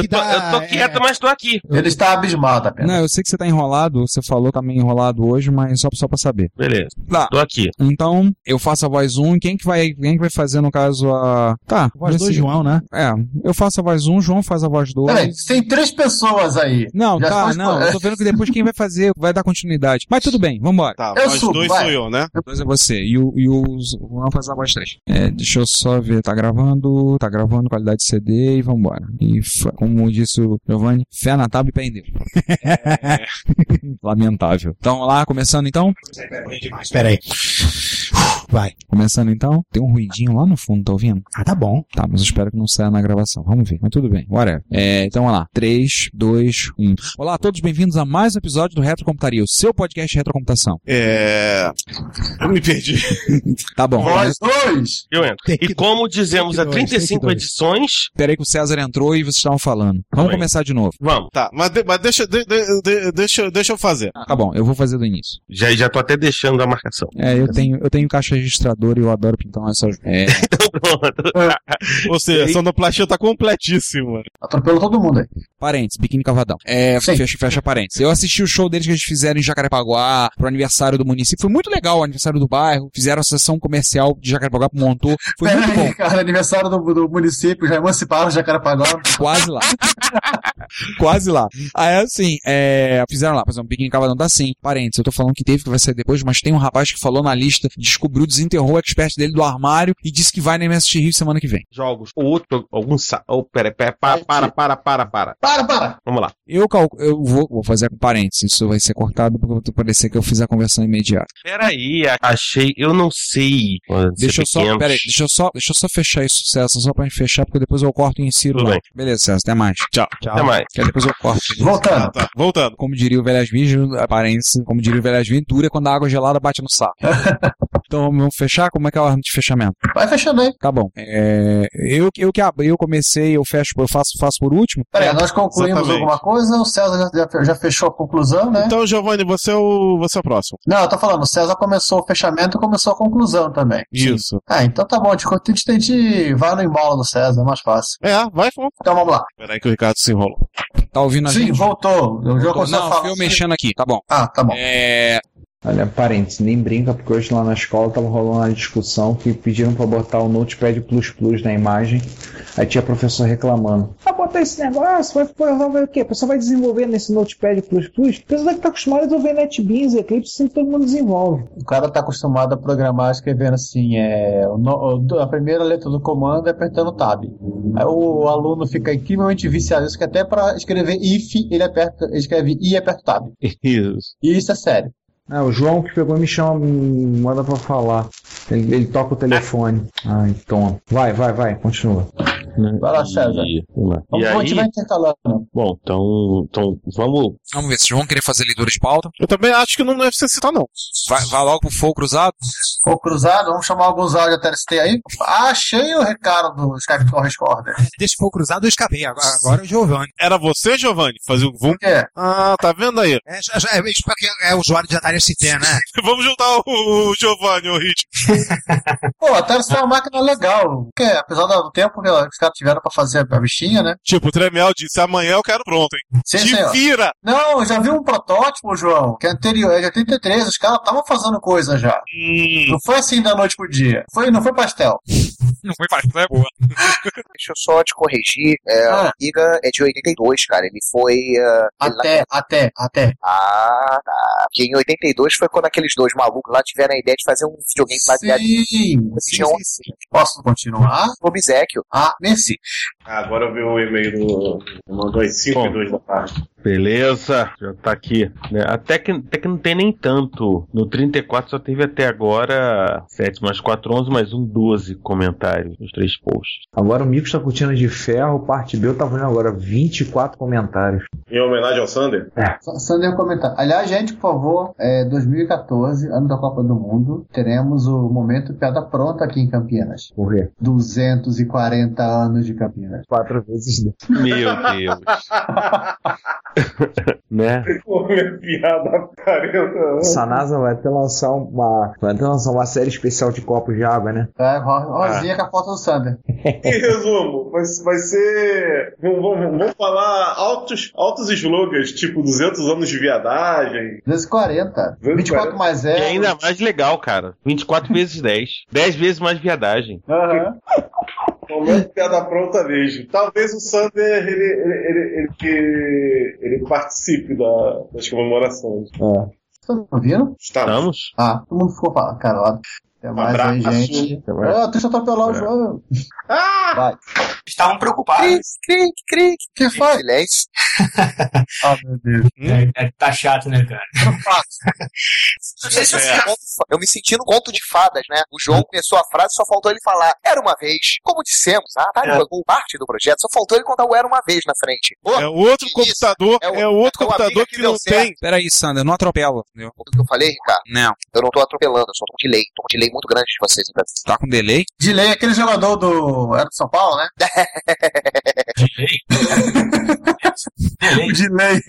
[SPEAKER 6] tô, eu tô quieto, mas tô aqui.
[SPEAKER 8] Ele está abismado apenas.
[SPEAKER 3] Não, eu sei que você tá enrolado, você falou que tá meio enrolado hoje, mas só, só pra saber.
[SPEAKER 6] Beleza.
[SPEAKER 3] Tá.
[SPEAKER 6] Tô aqui.
[SPEAKER 3] Então, eu faço a voz 1, quem que vai, quem que vai fazer, no caso, a... Tá.
[SPEAKER 8] Voz
[SPEAKER 3] nesse-
[SPEAKER 8] dois, João, né?
[SPEAKER 3] É, eu faço a voz 1, João faz a voz 2.
[SPEAKER 8] Peraí, tem três pessoas aí.
[SPEAKER 3] Não,
[SPEAKER 8] Já
[SPEAKER 3] tá,
[SPEAKER 8] faz-
[SPEAKER 3] não. Eu tô vendo que depois quem vai fazer vai dar continuidade. Mas tudo bem, vambora.
[SPEAKER 28] Tá,
[SPEAKER 3] eu
[SPEAKER 28] voz 2 sou eu, né?
[SPEAKER 3] Dois é você. E o, e o, o João faz a voz 3. É, deixa eu só ver. Tá gravando, tá gravando, qualidade de CD e vambora. E fa- como disse o Giovanni, fé na tábua e pé em Deus. É. Lamentável. Então, vamos lá, começando então.
[SPEAKER 29] Espera aí. Vai.
[SPEAKER 3] Começando então, tem um ruidinho lá no fundo, tá ouvindo?
[SPEAKER 29] Ah, tá bom.
[SPEAKER 3] Tá, mas eu espero que não saia na gravação. Vamos ver, mas tudo bem, whatever. É, então vamos lá. 3, 2, 1. Olá a todos, bem-vindos a mais um episódio do Retrocomputaria, o seu podcast de retrocomputação.
[SPEAKER 28] É. Eu me perdi.
[SPEAKER 3] Tá bom.
[SPEAKER 28] né?
[SPEAKER 6] Voz
[SPEAKER 8] dois!
[SPEAKER 6] Eu entro. e como dizemos há 35 edições.
[SPEAKER 3] Peraí que o César entrou e vocês estavam falando. Vamos começar de novo.
[SPEAKER 6] Vamos.
[SPEAKER 28] Tá, mas, de- mas deixa, de- de- de- deixa, deixa eu fazer.
[SPEAKER 3] Tá bom, eu vou fazer do início.
[SPEAKER 6] Já, já tô até deixando a marcação.
[SPEAKER 3] É, eu tenho, eu tenho caixa registradora e eu adoro pintar essas. É.
[SPEAKER 28] Ou seja, a sonoplastia tá completíssima.
[SPEAKER 8] Atropelou todo mundo aí.
[SPEAKER 3] Parentes, biquíni cavadão. É,
[SPEAKER 28] Sim.
[SPEAKER 3] fecha, fecha parentes. Eu assisti o show deles que eles fizeram em Jacarepaguá, pro aniversário do município. Foi muito legal o aniversário do bairro. Fizeram a sessão comercial de Jacarepaguá, montou. Foi muito bom.
[SPEAKER 8] Peraí, cara, aniversário do, do município, já emanciparam Jacarepaguá.
[SPEAKER 3] Quase lá. Quase lá. Aí assim, é, fizeram lá, por exemplo, Biquíni Cavadão tá assim, parentes, eu tô falando que teve, que vai sair depois, mas tem um rapaz que falou na lista, descobriu, desenterrou o expert dele do armário e disse que vai na MSX Rio semana que vem.
[SPEAKER 6] Jogos. O outro, algum. Sa... Oh, pera, pera, para, para, para, para, para.
[SPEAKER 8] Para, para!
[SPEAKER 6] Vamos lá.
[SPEAKER 3] Eu, cal... eu vou, vou fazer com parênteses, isso vai ser cortado porque vai parecer que eu fiz a conversão imediata.
[SPEAKER 6] Peraí, a- achei. Eu não sei.
[SPEAKER 3] Deixa eu, só, peraí, deixa, eu só, deixa eu só fechar isso, César, só pra gente fechar, porque depois eu corto e insiro lá. Beleza, César, até mais. Tchau. Tchau.
[SPEAKER 6] Até mais.
[SPEAKER 3] Que aí depois eu corto.
[SPEAKER 8] Voltando.
[SPEAKER 28] Ah, tá. voltando.
[SPEAKER 3] é, Como diria o Velhas Virgens, aparência, como diria o Velhas Virgens, dura quando a água gelada bate no saco. Então vamos fechar? Como é que é a ordem de fechamento?
[SPEAKER 8] Vai fechando aí.
[SPEAKER 3] Tá bom. É, eu, eu que abri, eu comecei, eu fecho, eu faço, faço por último. É.
[SPEAKER 8] Peraí, É, nós concluímos alguma coisa, o César já, já- já fechou a conclusão, né?
[SPEAKER 30] Então, Giovanni, você é o, você é o próximo.
[SPEAKER 8] Não, eu tô falando, o César começou o fechamento e começou a conclusão também.
[SPEAKER 30] Isso.
[SPEAKER 8] Ah, então tá bom, de a gente tem de vai no embalo do César, é mais fácil.
[SPEAKER 30] É, vai, vamos.
[SPEAKER 8] Então vamos lá.
[SPEAKER 30] Peraí que o Ricardo se enrolou.
[SPEAKER 3] Tá ouvindo a
[SPEAKER 8] Sim,
[SPEAKER 3] gente?
[SPEAKER 8] voltou. Eu já começou a
[SPEAKER 3] Não,
[SPEAKER 8] falar.
[SPEAKER 3] eu mexendo aqui, tá bom.
[SPEAKER 8] Ah, tá bom.
[SPEAKER 3] É...
[SPEAKER 31] Olha, parênteses, nem brinca, porque hoje lá na escola tava rolando uma discussão que pediram pra botar o Notepad Plus Plus na imagem. Aí tinha professor reclamando. "Ah,
[SPEAKER 32] Vai botar esse negócio, vai, vai, vai o quê? A pessoa vai desenvolver nesse Notepad Plus Plus? A pessoa que tá acostumada a desenvolver NetBeans, Eclipse, assim todo mundo desenvolve.
[SPEAKER 8] O cara tá acostumado a programar escrevendo assim, é, o no- o- a primeira letra do comando é apertando tab. Aí o aluno fica incrivelmente viciado isso que até pra escrever if ele aperta, ele escreve i e aperta tab.
[SPEAKER 30] Isso.
[SPEAKER 8] E isso é sério.
[SPEAKER 31] Ah, o João que pegou e me chama, me manda pra falar. Ele, ele toca o telefone. Ai, toma. Vai, vai, vai, continua.
[SPEAKER 8] Vai lá, César.
[SPEAKER 30] E, vamos lá.
[SPEAKER 8] Vamos
[SPEAKER 30] E
[SPEAKER 8] continuar
[SPEAKER 30] aí,
[SPEAKER 8] intercalando.
[SPEAKER 30] bom, então, então vamos.
[SPEAKER 3] Vamos ver, vocês vão querer fazer leitura de pauta?
[SPEAKER 30] Eu também acho que não deve ser citar, não.
[SPEAKER 3] Vai, vai logo pro fogo cruzado?
[SPEAKER 8] Fogo cruzado, vamos chamar alguns áudios até ST aí. Achei o recado do Skype Torres Corner.
[SPEAKER 33] Deixa o fogo cruzado, eu escapei. Agora, agora é o Giovanni.
[SPEAKER 30] Era você, Giovanni, fazer o VUM?
[SPEAKER 8] É.
[SPEAKER 30] Ah, tá vendo aí?
[SPEAKER 33] É, já, já, é, meio que é usuário de Atari ST, né?
[SPEAKER 30] Vamos juntar o, o Giovanni, o Hit.
[SPEAKER 8] Pô, a Terra é uma máquina legal. Porque, apesar do tempo que os caras tiveram pra fazer a bichinha, né?
[SPEAKER 30] Tipo, o Tremel disse: amanhã eu quero pronto, hein?
[SPEAKER 8] Sim,
[SPEAKER 30] Te
[SPEAKER 8] senhor.
[SPEAKER 30] vira!
[SPEAKER 8] Não, eu já vi um protótipo, João, que é anterior, é de 83, os caras estavam fazendo coisa já.
[SPEAKER 30] Hum,
[SPEAKER 8] Não foi assim da noite pro dia. Foi, não foi pastel.
[SPEAKER 3] Não foi pastel, é boa.
[SPEAKER 4] Deixa eu só te corrigir. É,
[SPEAKER 8] Ah.
[SPEAKER 4] O Giga é de 82, cara. Ele foi. ah, ele
[SPEAKER 8] Até,
[SPEAKER 4] lá-
[SPEAKER 8] até, até.
[SPEAKER 4] Ah, tá. Porque em 82 foi quando aqueles dois malucos lá tiveram a ideia de fazer um videogame baseado em.
[SPEAKER 8] Sim,
[SPEAKER 4] Tinha um
[SPEAKER 8] Posso continuar?
[SPEAKER 4] obsequio.
[SPEAKER 8] Ah, merci.
[SPEAKER 5] Agora eu vi o e-mail do. Mandou às 5 e 2 da tarde.
[SPEAKER 6] Beleza, já tá aqui. né? Até, que, até que não tem nem tanto. No 34 só teve até agora 7 mais 4, 11 mais 1, 12 comentários nos três posts.
[SPEAKER 31] Agora o Mico está cortina de ferro, parte B, eu tava vendo agora 24 comentários. É,
[SPEAKER 5] Em homenagem ao Sander?
[SPEAKER 8] Só- Só um comentário. Aliás, gente, por favor, é, 2014, ano da Copa do Mundo, teremos o momento piada pronta aqui em Campinas.
[SPEAKER 31] Por quê?
[SPEAKER 8] 240 anos de Campinas.
[SPEAKER 31] Quatro vezes.
[SPEAKER 30] Meu Deus.
[SPEAKER 31] Né?
[SPEAKER 5] Minha piada 40 anos.
[SPEAKER 31] Sanasa vai até lançar uma. Vai até lançar uma série especial de copos de água, né?
[SPEAKER 8] É, ro- rosinha com a foto do Sander.
[SPEAKER 5] Em resumo, vai, vai ser. Vamos, vamos, vamos falar altos, altos slogans, tipo 200 anos de viadagem.
[SPEAKER 8] 240. 24 mais
[SPEAKER 6] E
[SPEAKER 8] 0.
[SPEAKER 6] ainda mais legal, cara. 24 vezes 10. 10 vezes mais viadagem.
[SPEAKER 8] Aham.
[SPEAKER 5] Momento piada pronta mesmo. Talvez o Sander ele, ele, ele, ele, ele participe da- das comemorações.
[SPEAKER 8] Vocês não viram?
[SPEAKER 5] Estamos?
[SPEAKER 8] Ah, todo mundo ficou falando, caralho. Até mais aí,
[SPEAKER 5] abraço.
[SPEAKER 8] gente.
[SPEAKER 5] Até mais.
[SPEAKER 8] Ah, deixa eu atropelar o
[SPEAKER 5] É.
[SPEAKER 8] João.
[SPEAKER 5] Ah!
[SPEAKER 8] Vai.
[SPEAKER 4] Estavam preocupados. Cric, cric, cric. Que foi? Silêncio.
[SPEAKER 8] Ah, meu Deus.
[SPEAKER 7] tá chato, né, cara?
[SPEAKER 4] Não sei se você é. conto, eu me senti no conto de fadas, né? O João começou a frase, só faltou ele falar era uma vez. Como dissemos, "Ah, a Atari
[SPEAKER 30] É.
[SPEAKER 4] pagou parte do projeto, só faltou ele contar o era uma vez na frente.
[SPEAKER 30] É o outro computador, é o, outro
[SPEAKER 4] é o
[SPEAKER 30] computador
[SPEAKER 4] amigo
[SPEAKER 30] que,
[SPEAKER 4] que
[SPEAKER 30] não
[SPEAKER 4] deu certo.
[SPEAKER 30] tem.
[SPEAKER 3] Peraí, Sander, não atropela. entendeu?
[SPEAKER 4] O que eu falei, Ricardo?
[SPEAKER 3] Não.
[SPEAKER 4] Eu não tô atropelando, eu só tô com delay. Tô com delay muito grande de vocês, então.
[SPEAKER 3] Tá com delay?
[SPEAKER 8] Dilei é aquele jogador do. Era do São Paulo, né? Dilei? Dilei.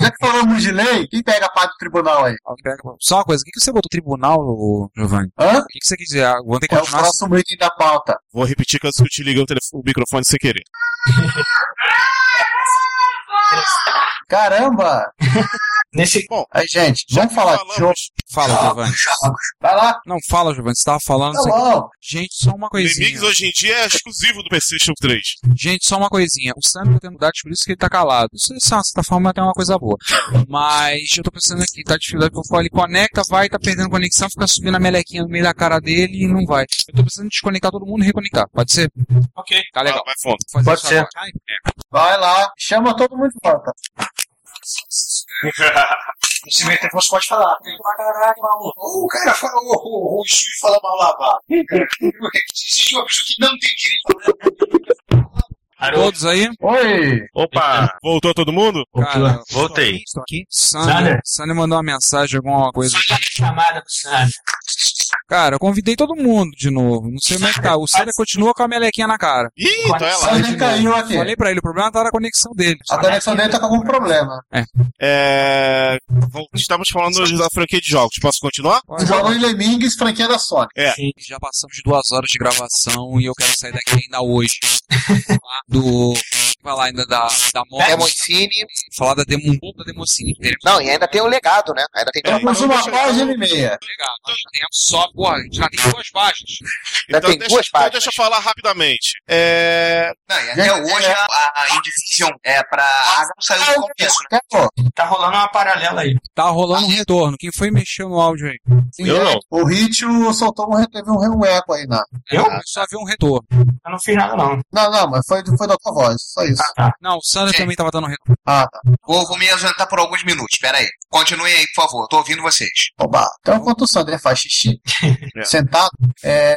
[SPEAKER 8] Já que falamos de lei, quem pega a parte do tribunal aí?
[SPEAKER 3] Só uma coisa, o que, que você botou tribunal, ô, Giovanni?
[SPEAKER 8] Hã?
[SPEAKER 3] O que, que você quis dizer? Ah, Vou ter que
[SPEAKER 8] É o
[SPEAKER 3] continuar
[SPEAKER 8] próximo item da pauta.
[SPEAKER 30] Vou repetir que eu te liguei o, telefone- o microfone sem querer.
[SPEAKER 8] Caramba!
[SPEAKER 7] Nesse...
[SPEAKER 30] Bom,
[SPEAKER 8] aí, gente, vamos falar de jogo.
[SPEAKER 3] Fala, Giovanni.
[SPEAKER 8] Vai lá.
[SPEAKER 3] Não, fala, Giovanni. Você tava falando.
[SPEAKER 30] Tá
[SPEAKER 3] isso aqui.
[SPEAKER 30] bom.
[SPEAKER 3] Gente, só uma coisinha.
[SPEAKER 30] Remix hoje em dia é exclusivo do PlayStation 3.
[SPEAKER 3] Gente, só uma coisinha. O Sam tá tendo dados, por isso que ele tá calado. Isso, de certa forma, é até uma coisa boa. Mas eu tô pensando aqui, tá dificuldade que eu falo. Ele conecta, vai, tá perdendo conexão, fica subindo a melequinha no meio da cara dele e não vai. Eu tô precisando desconectar todo mundo e reconectar. Pode ser?
[SPEAKER 8] Ok.
[SPEAKER 3] Tá legal.
[SPEAKER 30] vai fundo.
[SPEAKER 3] Fazer
[SPEAKER 8] Pode
[SPEAKER 3] isso
[SPEAKER 8] ser.
[SPEAKER 3] agora.
[SPEAKER 8] Vai lá, chama todo mundo de volta.
[SPEAKER 34] Esse meio tempo você pode falar. Caralho, maluco. O cara fala, o, o, o Chui fala mal lavado. Existe uma pessoa que não tem direito
[SPEAKER 15] Todos aí?
[SPEAKER 6] Oi! Opa!
[SPEAKER 15] Voltou todo mundo?
[SPEAKER 6] Cara, voltei.
[SPEAKER 15] Estou aqui. Sander, Sander mandou uma mensagem, alguma coisa.
[SPEAKER 35] Chamada pro Sandro.
[SPEAKER 15] Cara, eu convidei todo mundo de novo. Não sei como é que tá. O Sander continua com a melequinha na cara.
[SPEAKER 35] Ih, então é lá. Sander
[SPEAKER 15] De novo.
[SPEAKER 35] caiu aqui.
[SPEAKER 15] Falei pra ele, o problema tá na conexão dele.
[SPEAKER 5] A conexão dele tá com algum problema.
[SPEAKER 4] É, vol- Estamos falando da franquia de jogos. Posso continuar?
[SPEAKER 5] Jogou em Lemmings, franquia da Sony.
[SPEAKER 4] É.
[SPEAKER 15] Já passamos de duas horas de gravação e eu quero sair daqui ainda hoje. Falar do. Falar ainda da, da morte.
[SPEAKER 36] Democine.
[SPEAKER 15] Falar da Demon da Democine.
[SPEAKER 36] Não, e ainda tem o legado, né? Ainda tem
[SPEAKER 15] É, mas uma página
[SPEAKER 5] e meia.
[SPEAKER 15] Legal, nós já temos só. Porra, a gente já tem duas páginas.
[SPEAKER 4] Então, deixa, então deixa eu falar rapidamente. É...
[SPEAKER 36] até hoje a, a Indivision é pra. A Agra saiu do começo, né?
[SPEAKER 5] É,
[SPEAKER 15] Tá rolando uma paralela aí. Tá rolando um retorno. Quem foi mexer no áudio aí?
[SPEAKER 5] O Ritio soltou um, teve um, um eco aí, na.
[SPEAKER 15] Eu? só vi um retorno. Eu não fiz nada, não.
[SPEAKER 5] Não, não, mas foi, foi da tua voz, só isso.
[SPEAKER 7] Tá.
[SPEAKER 15] Não, o Sander também tava dando retorno.
[SPEAKER 5] Ah, tá.
[SPEAKER 36] Vou, vou me ausentar por alguns minutos, peraí. Continuem aí, por favor, tô ouvindo vocês.
[SPEAKER 5] Oba. Então, enquanto o Sandré faz xixi, sentado, é.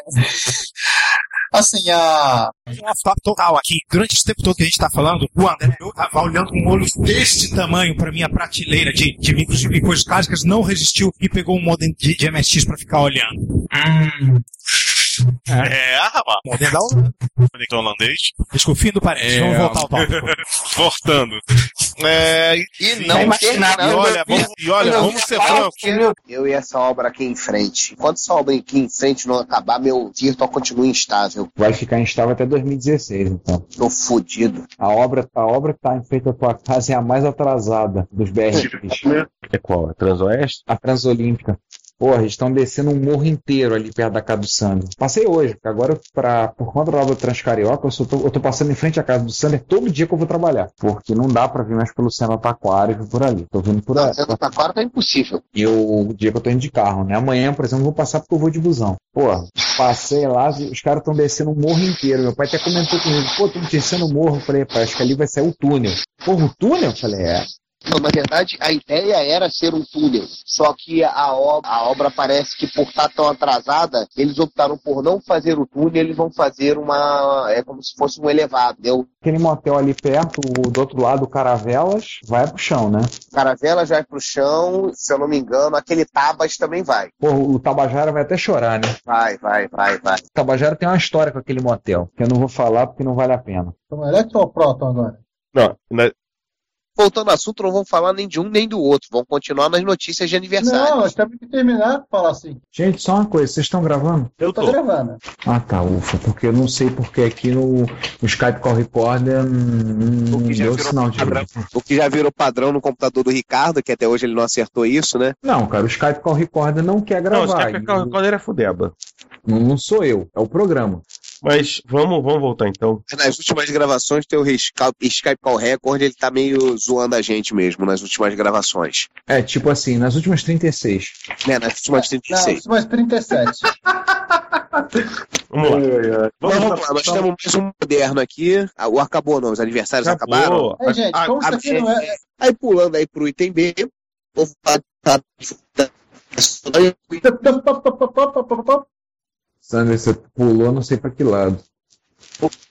[SPEAKER 5] Assim, a.
[SPEAKER 7] Um off-top total aqui. Durante esse tempo todo que a gente tá falando, o André eu tava olhando com olhos deste tamanho pra minha prateleira de, de micros e coisas clássicas, não resistiu e pegou um modem de, de MSX pra ficar olhando.
[SPEAKER 4] É, ah, rapaz.
[SPEAKER 7] Modem da Holanda.
[SPEAKER 4] Conecta
[SPEAKER 30] é
[SPEAKER 4] holandês.
[SPEAKER 7] Desconfio do parente.
[SPEAKER 4] É,
[SPEAKER 7] Vamos voltar ao palco.
[SPEAKER 4] Voltando. É,
[SPEAKER 36] E
[SPEAKER 4] sim.
[SPEAKER 36] não
[SPEAKER 4] E
[SPEAKER 36] terminando.
[SPEAKER 4] olha, vamos, e olha, vamos ser francos.
[SPEAKER 8] Eu e essa obra aqui em frente. Enquanto essa obra aqui em frente não acabar, meu virtual continua instável.
[SPEAKER 3] Vai ficar instável até 2016, então.
[SPEAKER 8] Tô fudido.
[SPEAKER 3] A obra, a obra que tá em frente à tua casa é a mais atrasada dos BRs.
[SPEAKER 6] É qual? É Transoeste?
[SPEAKER 3] A Transolímpica. Porra, eles estão descendo um morro inteiro ali perto da casa do Sander. Passei hoje, porque agora, pra, por conta da obra Transcarioca, eu, só tô, eu tô passando em frente à casa do Sander todo dia que eu vou trabalhar. Porque não dá pra vir mais pelo Senna Taquara e vir por ali. Tô vindo por ali.
[SPEAKER 8] Sendo pra fora tá impossível.
[SPEAKER 3] E eu- o dia que eu tô indo de carro, né? Amanhã, por exemplo, eu vou passar porque eu vou de busão. Porra, passei lá, vi- os caras estão descendo o morro inteiro. Meu pai até comentou comigo, pô, estão descendo o morro. Eu falei, pai, acho que ali vai sair o túnel. Porra, o túnel? Eu falei, é.
[SPEAKER 8] Não, na verdade, a ideia era ser um túnel. Só que a, ob- a obra parece que por estar tão atrasada, eles optaram por não fazer o túnel, eles vão fazer uma. É como se fosse um elevado, entendeu?
[SPEAKER 3] Aquele motel ali perto, o- do outro lado, o Caravelas, vai pro chão, né?
[SPEAKER 8] Caravela já vai pro chão, se eu não me engano, aquele Tabas também vai.
[SPEAKER 3] Porra, o Tabajara vai até chorar, né?
[SPEAKER 8] Vai, vai, vai, vai.
[SPEAKER 3] O Tabajara tem uma história com aquele motel, que eu não vou falar porque não vale a pena.
[SPEAKER 5] Então, Electro ou Proton agora?
[SPEAKER 6] Não, né?
[SPEAKER 8] Voltando ao assunto, não vão falar nem de um nem do outro. Vão continuar nas notícias de aniversário.
[SPEAKER 5] Não, nós temos que é terminar pra falar assim.
[SPEAKER 3] Gente, só uma coisa, vocês estão gravando?
[SPEAKER 5] Eu tô gravando.
[SPEAKER 7] É
[SPEAKER 3] Ah tá, ufa, porque eu não sei porque aqui no, no Skype Call Recorder hum, não deu sinal de
[SPEAKER 8] padrão. O que já virou padrão no computador do Ricardo, que até hoje ele não acertou isso, né?
[SPEAKER 3] Não, cara, o Skype Call Recorder não quer
[SPEAKER 6] Não,
[SPEAKER 3] gravar.
[SPEAKER 6] Skype Call Recorder é fudeba.
[SPEAKER 3] Não, não sou eu, é o programa.
[SPEAKER 6] Mas vamos, vamos voltar então.
[SPEAKER 8] Nas últimas gravações, teu Skype Skype Call Record, ele tá meio zoando a gente mesmo, nas últimas gravações.
[SPEAKER 3] É, tipo assim, nas últimas 36.
[SPEAKER 8] Né, nas últimas 36.
[SPEAKER 5] Mais 37.
[SPEAKER 6] Vamos lá.
[SPEAKER 8] Vamos, lá, nós temos mais um moderno aqui. Ah, O acabou não, os aniversários
[SPEAKER 6] Acabou.
[SPEAKER 8] acabaram.
[SPEAKER 6] É, gente, como isso aqui não é-
[SPEAKER 8] Aí pulando aí pro item B, vou falar da- da-
[SPEAKER 3] Sandra, você pulou não sei pra que lado.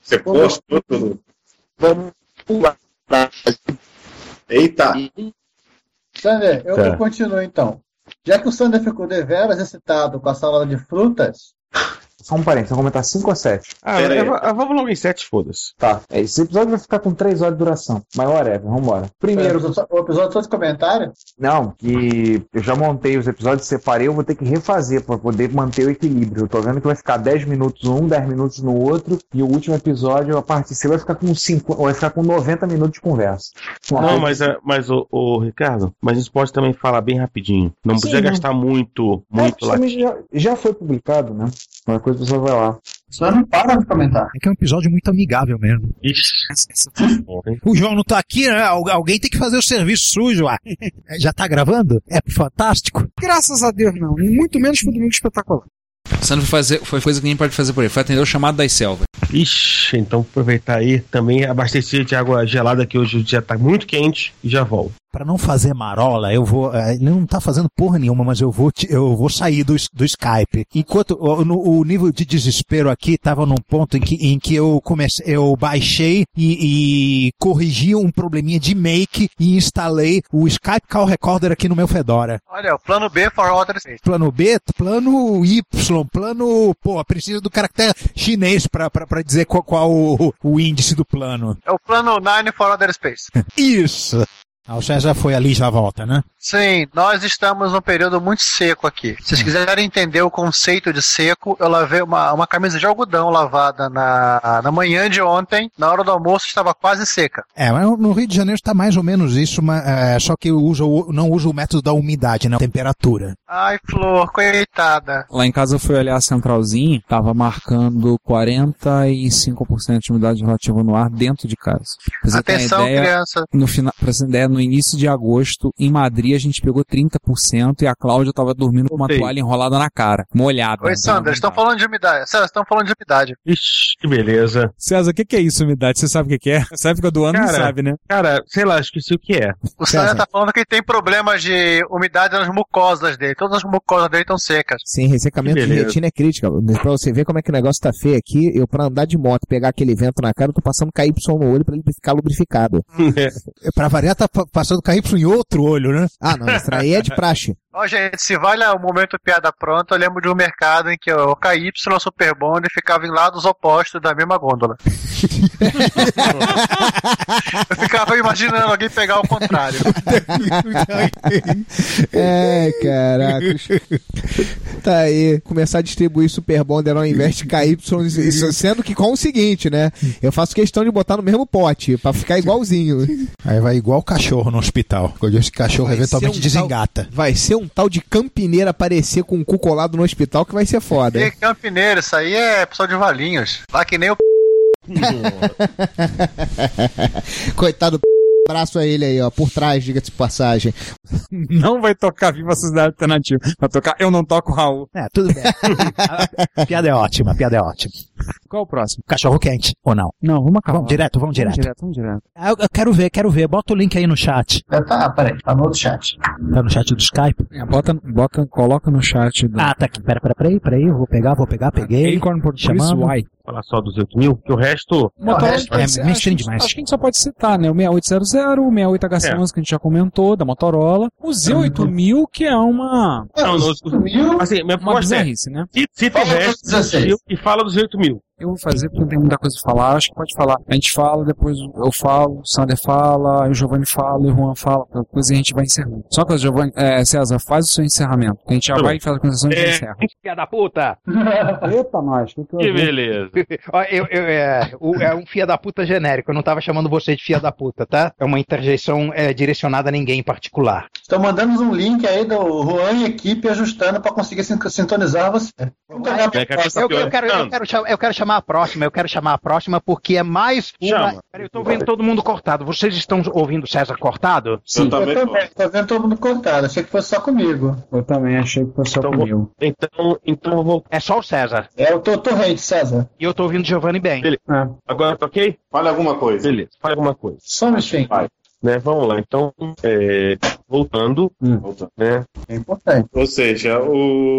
[SPEAKER 37] Você postou tudo.
[SPEAKER 8] Vamos pular.
[SPEAKER 37] Eita!
[SPEAKER 5] Sander, eu,
[SPEAKER 37] Tá.
[SPEAKER 5] eu continuo então. Já que o Sander ficou deveras excitado com a salada de frutas,
[SPEAKER 3] Só um parênteses, eu vou comentar 5 ou 7.
[SPEAKER 6] Ah,
[SPEAKER 3] Pera
[SPEAKER 6] é-
[SPEAKER 3] aí.
[SPEAKER 6] é- vamos logo em sete, foda-se.
[SPEAKER 3] Tá, é, esse episódio vai ficar com 3 horas de duração. Mas whatever, vambora.
[SPEAKER 5] primeiro
[SPEAKER 3] Primeiro,
[SPEAKER 5] o episódio só de comentário,
[SPEAKER 3] Não, que eu já montei os episódios, separei, eu vou ter que refazer pra poder manter o equilíbrio. Eu tô vendo que vai ficar 10 minutos um, 10 minutos no outro, e o último episódio, a parte C, vai ficar com 5, vai ficar com 90 minutos de conversa. Uma
[SPEAKER 6] Não,
[SPEAKER 3] coisa-
[SPEAKER 6] mas, é- mas o, Ricardo, mas isso pode também falar bem rapidinho. Não
[SPEAKER 3] Sim,
[SPEAKER 6] precisa
[SPEAKER 3] não.
[SPEAKER 6] gastar muito,
[SPEAKER 3] É,
[SPEAKER 6] muito lá.
[SPEAKER 3] justamente já, já foi publicado, né? Uma coisa a pessoa vai lá.
[SPEAKER 5] Só não para de comentar.
[SPEAKER 7] É que é um episódio muito amigável mesmo. O João não tá aqui, né? Algu- Alguém tem que fazer o serviço sujo lá. Já tá gravando? É fantástico.
[SPEAKER 15] Graças a Deus, não. Muito menos pro Domingo Espetacular. Sandro foi, fazer, foi coisa que ninguém pode fazer por ele. Foi atender o chamado das selvas.
[SPEAKER 6] Ixi, então aproveitar aí também abastecer de água gelada que hoje o dia tá muito quente e já volto.
[SPEAKER 38] para não fazer marola, eu vou. eh, Ele não tá fazendo porra nenhuma, mas eu vou, te- eu vou sair do, s- do Skype. Enquanto o, no- o nível de desespero aqui tava num ponto em que, em que eu comecei, eu baixei e, e corrigi um probleminha de make e instalei o Skype Call Recorder aqui no meu Fedora.
[SPEAKER 39] Olha, o plano B for other things.
[SPEAKER 38] Plano B, plano Y, plano. Pô, precisa do caractere chinês pra, pra, pra dizer qual, qual o, o índice do plano.
[SPEAKER 39] É o plano 9 for Other Space.
[SPEAKER 38] Isso! Ah, o César foi ali já volta, né?
[SPEAKER 39] Sim, nós estamos num período muito seco aqui.
[SPEAKER 7] Hum.
[SPEAKER 39] Se vocês quiserem entender o conceito de seco, eu lavei uma, uma camisa de algodão lavada na, na manhã de ontem. Na hora do almoço estava quase seca.
[SPEAKER 38] É, mas no Rio de Janeiro está mais ou menos isso, mas, é, só que usa o- não usa o método da umidade, né? Temperatura.
[SPEAKER 39] Ai, Flor, coitada.
[SPEAKER 3] Lá em casa eu fui olhar a centralzinha, tava marcando 45% de umidade relativa no ar dentro de casa. Pra você ter uma
[SPEAKER 39] Atenção, criança.
[SPEAKER 3] No final, pra você ter ideia, no início de agosto, em Madrid, a gente pegou 30% e a Cláudia tava dormindo com uma
[SPEAKER 39] Voltei.
[SPEAKER 3] toalha enrolada na cara, molhada. Então,
[SPEAKER 39] Oi, Sandra, estão falando de umidade. Sandra, estão falando de umidade.
[SPEAKER 6] Ixi, que beleza.
[SPEAKER 3] César, o que, que é isso, umidade? Você sabe o que, que é? Você época do ano não sabe, né?
[SPEAKER 6] Cara, sei lá, esqueci o que é.
[SPEAKER 39] O Sandra tá falando que ele tem problemas de umidade nas mucosas dele. Todas as mucosas dele estão secas.
[SPEAKER 5] Sim, ressecamento
[SPEAKER 39] Que
[SPEAKER 5] de
[SPEAKER 39] beleza.
[SPEAKER 5] retina é crítica. Pra você ver como é que o negócio tá feio aqui, eu pra andar de moto, pegar aquele vento na cara, eu tô passando KY no olho pra ele ficar lubrificado.
[SPEAKER 38] Pra variar, tá pa- passando KY em outro olho, né?
[SPEAKER 5] Ah, não, isso aí é de praxe.
[SPEAKER 39] Ó, gente, se vale o momento piada pronta, eu lembro de um mercado em que o KY Super Bond ficava em lados opostos da mesma gôndola. eu ficava imaginando alguém pegar o contrário.
[SPEAKER 5] é, caracas. Tá aí, começar a distribuir Super Bonder ao invés de KY, isso- sendo que com o seguinte, né? Eu faço questão de botar no mesmo pote, pra ficar igualzinho.
[SPEAKER 38] Aí vai igual o cachorro no hospital. Quando esse cachorro eventualmente
[SPEAKER 5] ser um tal-
[SPEAKER 38] desengata.
[SPEAKER 5] vai ser um tal de campineira aparecer com o cu colado no hospital que vai ser foda.
[SPEAKER 39] E campineiro, isso aí é pessoal de valinhos. Lá que nem o.
[SPEAKER 5] Coitado do p***, braço a ele aí, ó, por trás, diga-se de passagem.
[SPEAKER 3] Não vai tocar Viva a Sociedade Alternativa. Vai tocar Eu Não Toco Raul.
[SPEAKER 38] É, tudo bem. A piada é ótima, a piada é ótima.
[SPEAKER 3] Qual o próximo?
[SPEAKER 38] Cachorro quente, ou não?
[SPEAKER 3] Não, vamos
[SPEAKER 38] acabar. Vamos direto, vamos direto.
[SPEAKER 3] vamos direto.
[SPEAKER 38] Ah, eu, eu quero ver, quero ver. Bota o link aí no chat.
[SPEAKER 4] tá, peraí, tá no outro chat.
[SPEAKER 38] Tá no chat do Skype?
[SPEAKER 3] É, bota, bota, coloca no chat.
[SPEAKER 38] Ah, tá aqui. Pera, pera, peraí, peraí. Eu vou pegar, vou pegar, peguei.
[SPEAKER 3] Acorn por
[SPEAKER 38] Chamando.
[SPEAKER 6] Falar só dos 8 mil, que o resto.
[SPEAKER 3] é,
[SPEAKER 6] assim.
[SPEAKER 3] mainstream demais. Acho que a gente só pode citar, né? O 6800, o 68HC11 que a gente já comentou, da Motorola. O Z8000, que é uma...
[SPEAKER 6] Não, não, os- assim, minha
[SPEAKER 3] Uma
[SPEAKER 6] proposta é,
[SPEAKER 3] bizarrice, né?
[SPEAKER 6] cita o resto dos 16 mil e fala dos 8 mil.
[SPEAKER 3] Eu vou fazer porque não tem muita coisa pra falar. Acho que pode falar. A gente fala, depois eu falo, o Sander fala, aí o Giovanni fala, o Juan fala. Depois a gente vai encerrando. Só que, Giovanni, é, César, faz o seu encerramento. A gente já
[SPEAKER 7] Tá
[SPEAKER 3] vai
[SPEAKER 7] bom.
[SPEAKER 3] e faz a concessão e
[SPEAKER 6] É,
[SPEAKER 3] a gente encerra.
[SPEAKER 7] Filha da puta!
[SPEAKER 3] Eita, nós. Que,
[SPEAKER 40] Uhum.
[SPEAKER 7] Que beleza. Ó, eu- eu- é, o- é um filha da puta genérico. Eu não tava chamando você de filha da puta, tá? É uma interjeição é, direcionada a ninguém em particular.
[SPEAKER 4] Estão mandando um link aí do Juan e equipe ajustando pra conseguir sin- sintonizar você.
[SPEAKER 6] Tá
[SPEAKER 7] Eu, eu quero, eu, quero, cha- eu quero chamar a próxima, eu quero chamar a próxima porque é mais uma.
[SPEAKER 4] Chama.
[SPEAKER 7] Peraí, eu tô vendo todo mundo cortado. Vocês estão ouvindo o César cortado?
[SPEAKER 4] Sim, eu também. Tá vendo todo mundo cortado. Achei que fosse só comigo.
[SPEAKER 41] Eu também achei que fosse só comigo.
[SPEAKER 6] Então, então eu vou.
[SPEAKER 7] É só o César.
[SPEAKER 4] É o teu torrente, César.
[SPEAKER 7] E eu tô ouvindo o Giovanni bem.
[SPEAKER 6] Agora tá ok? Fale alguma coisa. Beleza, fale alguma coisa.
[SPEAKER 4] Só um mexer.
[SPEAKER 6] Vai. Né, vamos lá, então, é, voltando,
[SPEAKER 40] Hum.
[SPEAKER 6] né?
[SPEAKER 4] É importante.
[SPEAKER 42] Ou seja,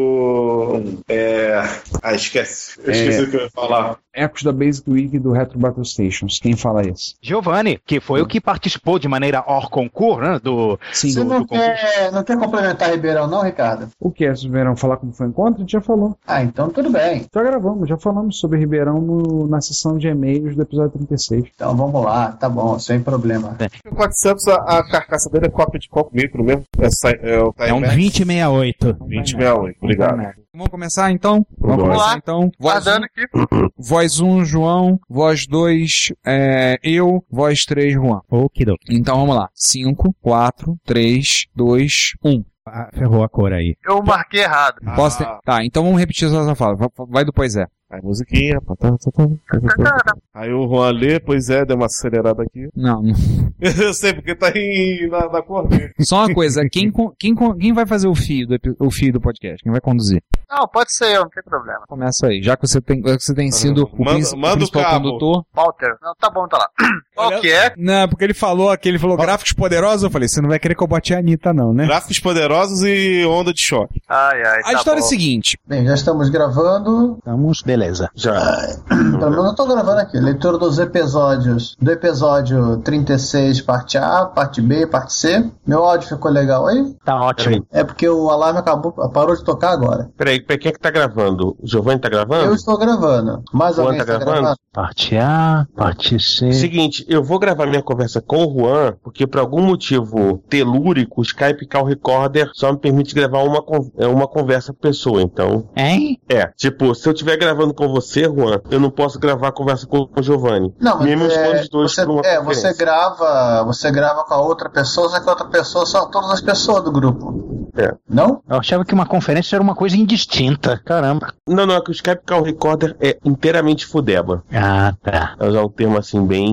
[SPEAKER 42] o. É. Ah, esquece. Eu esqueci
[SPEAKER 41] É.
[SPEAKER 42] o que eu ia falar.
[SPEAKER 41] Ecos da Basic Week e do Retro Battle Stations. Quem fala é isso?
[SPEAKER 7] Giovanni, que foi o que participou de maneira hors concurso, né? Do,
[SPEAKER 4] Você
[SPEAKER 7] do,
[SPEAKER 4] não
[SPEAKER 7] do concurso.
[SPEAKER 4] quer, É, não quer complementar Ribeirão, não, Ricardo?
[SPEAKER 41] O que? Vocês vieram falar como foi o encontro? A gente já falou.
[SPEAKER 4] Ah, então tudo bem.
[SPEAKER 41] Já gravamos, já falamos sobre Ribeirão no- na sessão de e-mails do episódio 36.
[SPEAKER 4] Então vamos lá, tá bom, sem problema.
[SPEAKER 40] O WhatsApp, a, a carcaça dele é cópia de qual micro mesmo? É, sa- é, o
[SPEAKER 38] É um 2068.
[SPEAKER 40] 2068, obrigado.
[SPEAKER 3] Vamos começar então? Vamos
[SPEAKER 40] Vamos
[SPEAKER 3] começar
[SPEAKER 40] lá.
[SPEAKER 3] então. Voz um, Voz 1, João. Voz 2, é, eu. Voz 3, Juan. Então vamos lá. 5, 4, 3, 2, 1.
[SPEAKER 40] Ah,
[SPEAKER 38] Ferrou a cor aí.
[SPEAKER 39] Eu marquei errado.
[SPEAKER 43] Ah.
[SPEAKER 3] Posso ter- Tá, então vamos repetir só essa fala. Va- va- Vai do pois é.
[SPEAKER 15] Aí musiquinha, pá, tá, tá, tá, tá, tá, tá. Aí o Juan lê, pois é, deu uma acelerada aqui.
[SPEAKER 44] Não, não.
[SPEAKER 15] Eu sei, porque tá em, na, na corrente.
[SPEAKER 44] Só uma coisa, quem, con- quem, con- quem vai fazer o fio, do, epi- o fio do podcast? Quem vai conduzir?
[SPEAKER 43] Não, pode ser eu, não tem problema.
[SPEAKER 44] Começa aí, já que você tem, você tem sido o,
[SPEAKER 43] Manda-
[SPEAKER 44] princi- o
[SPEAKER 43] manda o
[SPEAKER 44] principal
[SPEAKER 43] cabo.
[SPEAKER 44] condutor.
[SPEAKER 43] Walter. Não, tá bom, tá lá.
[SPEAKER 45] Qual que é? Não, porque ele falou aqui, ele falou gráficos poderosos, eu falei, você não vai querer que eu bote a Anitta não,
[SPEAKER 6] É.
[SPEAKER 43] Tá
[SPEAKER 45] né?
[SPEAKER 15] Gráficos poderosos e onda de choque.
[SPEAKER 43] Ai, ai, tá
[SPEAKER 45] A história é a seguinte.
[SPEAKER 5] Bem, já estamos gravando.
[SPEAKER 46] Estamos, beleza.
[SPEAKER 15] Já.
[SPEAKER 5] Pelo menos eu tô gravando aqui. Leitura dos episódios. Do episódio 36, parte A, parte B, parte C. Meu áudio ficou legal aí?
[SPEAKER 6] Tá ótimo.
[SPEAKER 5] É porque o alarme acabou, parou de tocar agora.
[SPEAKER 6] Peraí, peraí, quem é que tá gravando? O Giovanni tá gravando?
[SPEAKER 5] Eu estou gravando. Mais
[SPEAKER 6] Juan
[SPEAKER 5] alguém
[SPEAKER 6] tá
[SPEAKER 5] está
[SPEAKER 6] gravando?
[SPEAKER 5] gravando?
[SPEAKER 6] Parte A, parte C. Seguinte, eu vou gravar minha conversa com o Juan, porque por algum motivo telúrico, o Skype Call Recorder só me permite gravar uma, con- é, uma conversa por pessoa, então.
[SPEAKER 44] Hein?
[SPEAKER 6] É, tipo, se eu estiver gravando com você, Juan, eu não posso gravar a conversa com com o Giovanni.
[SPEAKER 5] Não, mas
[SPEAKER 6] Mesmo
[SPEAKER 5] é,
[SPEAKER 6] expondo os dois
[SPEAKER 5] você,
[SPEAKER 6] pra uma
[SPEAKER 5] é,
[SPEAKER 6] conferência.
[SPEAKER 5] você grava, você grava com a outra pessoa, só que a outra pessoa são todas as pessoas do grupo.
[SPEAKER 6] É.
[SPEAKER 5] Não?
[SPEAKER 6] Eu achava que uma conferência era uma coisa indistinta. Caramba. Não, não, é que o Skype Call Recorder é inteiramente fudeba. Ah, tá. É usar um termo assim, bem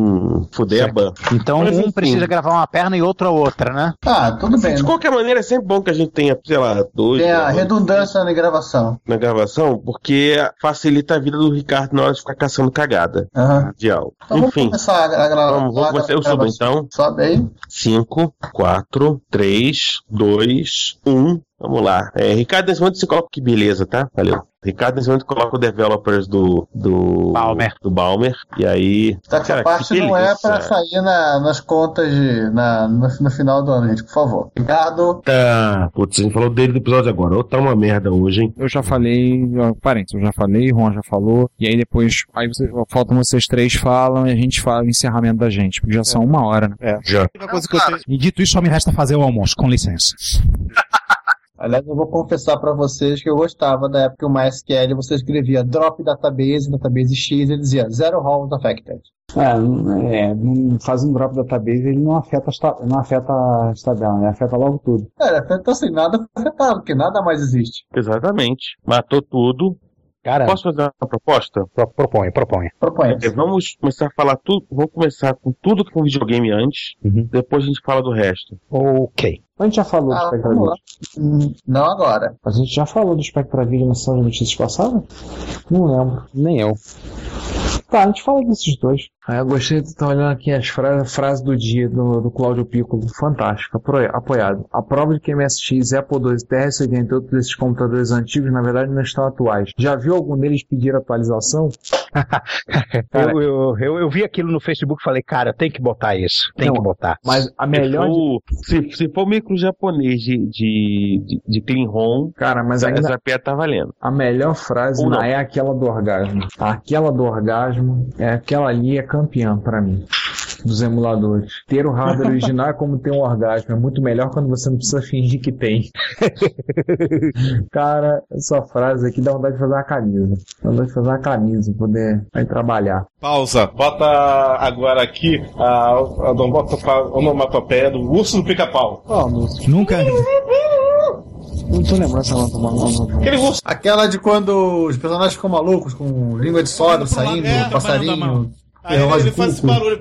[SPEAKER 6] fudeba.
[SPEAKER 7] Então
[SPEAKER 6] Mas,
[SPEAKER 7] um
[SPEAKER 6] enfim.
[SPEAKER 7] precisa gravar uma perna e outro a outra, né?
[SPEAKER 5] Ah, tudo
[SPEAKER 6] Assim,
[SPEAKER 5] bem.
[SPEAKER 6] De
[SPEAKER 5] né?
[SPEAKER 6] qualquer maneira, é sempre bom que a gente tenha, sei lá, dois.
[SPEAKER 5] Tem É, a
[SPEAKER 6] né,
[SPEAKER 5] redundância na gravação.
[SPEAKER 6] Na gravação, porque facilita a vida do Ricardo na hora de ficar caçando cagada.
[SPEAKER 5] Aham.
[SPEAKER 6] De algo.
[SPEAKER 5] Então vamos
[SPEAKER 6] Enfim.
[SPEAKER 5] começar a gra- gra-
[SPEAKER 6] Vamos,
[SPEAKER 5] a
[SPEAKER 6] vamos começar. Eu subo
[SPEAKER 5] gravação.
[SPEAKER 6] então.
[SPEAKER 5] Sobe aí.
[SPEAKER 6] 5, 4, 3, 2, 1. Vamos lá. É, Ricardo, nesse momento você coloca que beleza, tá? Valeu. Ricardo, nesse momento coloca o developers do. do Balmer. Do Balmer. E aí.
[SPEAKER 5] Essa
[SPEAKER 6] Cara,
[SPEAKER 5] parte
[SPEAKER 6] que
[SPEAKER 5] não é
[SPEAKER 6] beleza.
[SPEAKER 5] pra sair na- nas contas de- na- no, no final do ano, gente, por favor. Ricardo,
[SPEAKER 6] Tá. Putz, a gente falou dele do episódio agora. Ô, tá uma merda hoje, hein?
[SPEAKER 44] Eu já falei, ó, parênteses, eu já falei, Ron já falou, e aí depois, aí você, faltam vocês três falam e a gente fala o encerramento da gente, porque já são uma hora, né?
[SPEAKER 15] É,
[SPEAKER 6] já.
[SPEAKER 46] E dito isso, só me resta fazer o almoço, com licença.
[SPEAKER 5] aliás, eu vou confessar pra vocês que eu gostava da época que o MySQL você escrevia drop database, database X, ele dizia zero roles affected.
[SPEAKER 3] Ah, não- é, não faz um drop database, ele não afeta, as ta- não afeta as tabelas, né? afeta logo tudo.
[SPEAKER 5] Cara, então assim, nada foi afetado, porque nada mais existe.
[SPEAKER 6] Exatamente. Matou tudo.
[SPEAKER 5] Caramba.
[SPEAKER 6] Posso fazer uma proposta?
[SPEAKER 7] Propõe, propõe.
[SPEAKER 6] É.
[SPEAKER 5] Propõe.
[SPEAKER 6] vamos começar a falar tudo. Vamos começar com tudo que foi um videogame antes. Depois a gente fala do resto.
[SPEAKER 7] Ok.
[SPEAKER 3] A gente já falou do Spectraville.
[SPEAKER 5] Hum, Não agora.
[SPEAKER 3] A gente já falou do Spectraville na sessão de notícias passada? Não lembro. Nem eu. Tá, a gente fala desses dois. Ah, eu gostei de estar olhando aqui as fra frases do dia do, do Cláudio Piccolo. Fantástica. Apro- Apoiado. A prova de que MSX, Apple II, TR-78 e outros desses computadores antigos, na verdade, não estão atuais. Já viu algum deles pedir atualização?
[SPEAKER 7] eu, eu, eu, eu vi aquilo no Facebook e falei, cara, tem que botar isso. Tem que botar. Tipo,
[SPEAKER 3] Mas a melhor.
[SPEAKER 6] Se for, se, se for micro japonês de, de, de, de Clean Home,
[SPEAKER 3] Cara, mas
[SPEAKER 6] essa,
[SPEAKER 3] ainda-
[SPEAKER 6] essa piada tá valendo.
[SPEAKER 3] A melhor frase
[SPEAKER 6] Ou
[SPEAKER 3] não
[SPEAKER 6] não.
[SPEAKER 3] é aquela do orgasmo. Aquela do orgasmo, é aquela ali é campeã pra mim. Dos emuladores. Ter o hardware original é como ter um orgasmo. É muito melhor quando você não precisa fingir que tem. Cara, essa frase aqui dá vontade de fazer uma camisa. Dá vontade de fazer uma camisa, poder ir trabalhar.
[SPEAKER 15] Pausa. Bota agora aqui a, a onomatopa- onomatopeia do urso do pica-pau.
[SPEAKER 46] Nunca.
[SPEAKER 3] Não tô lembrando essa nota, mano.
[SPEAKER 5] Aquela de quando os personagens ficam malucos com língua de soda saindo, passarinho. é
[SPEAKER 15] Aí ele, ele faz esse barulho.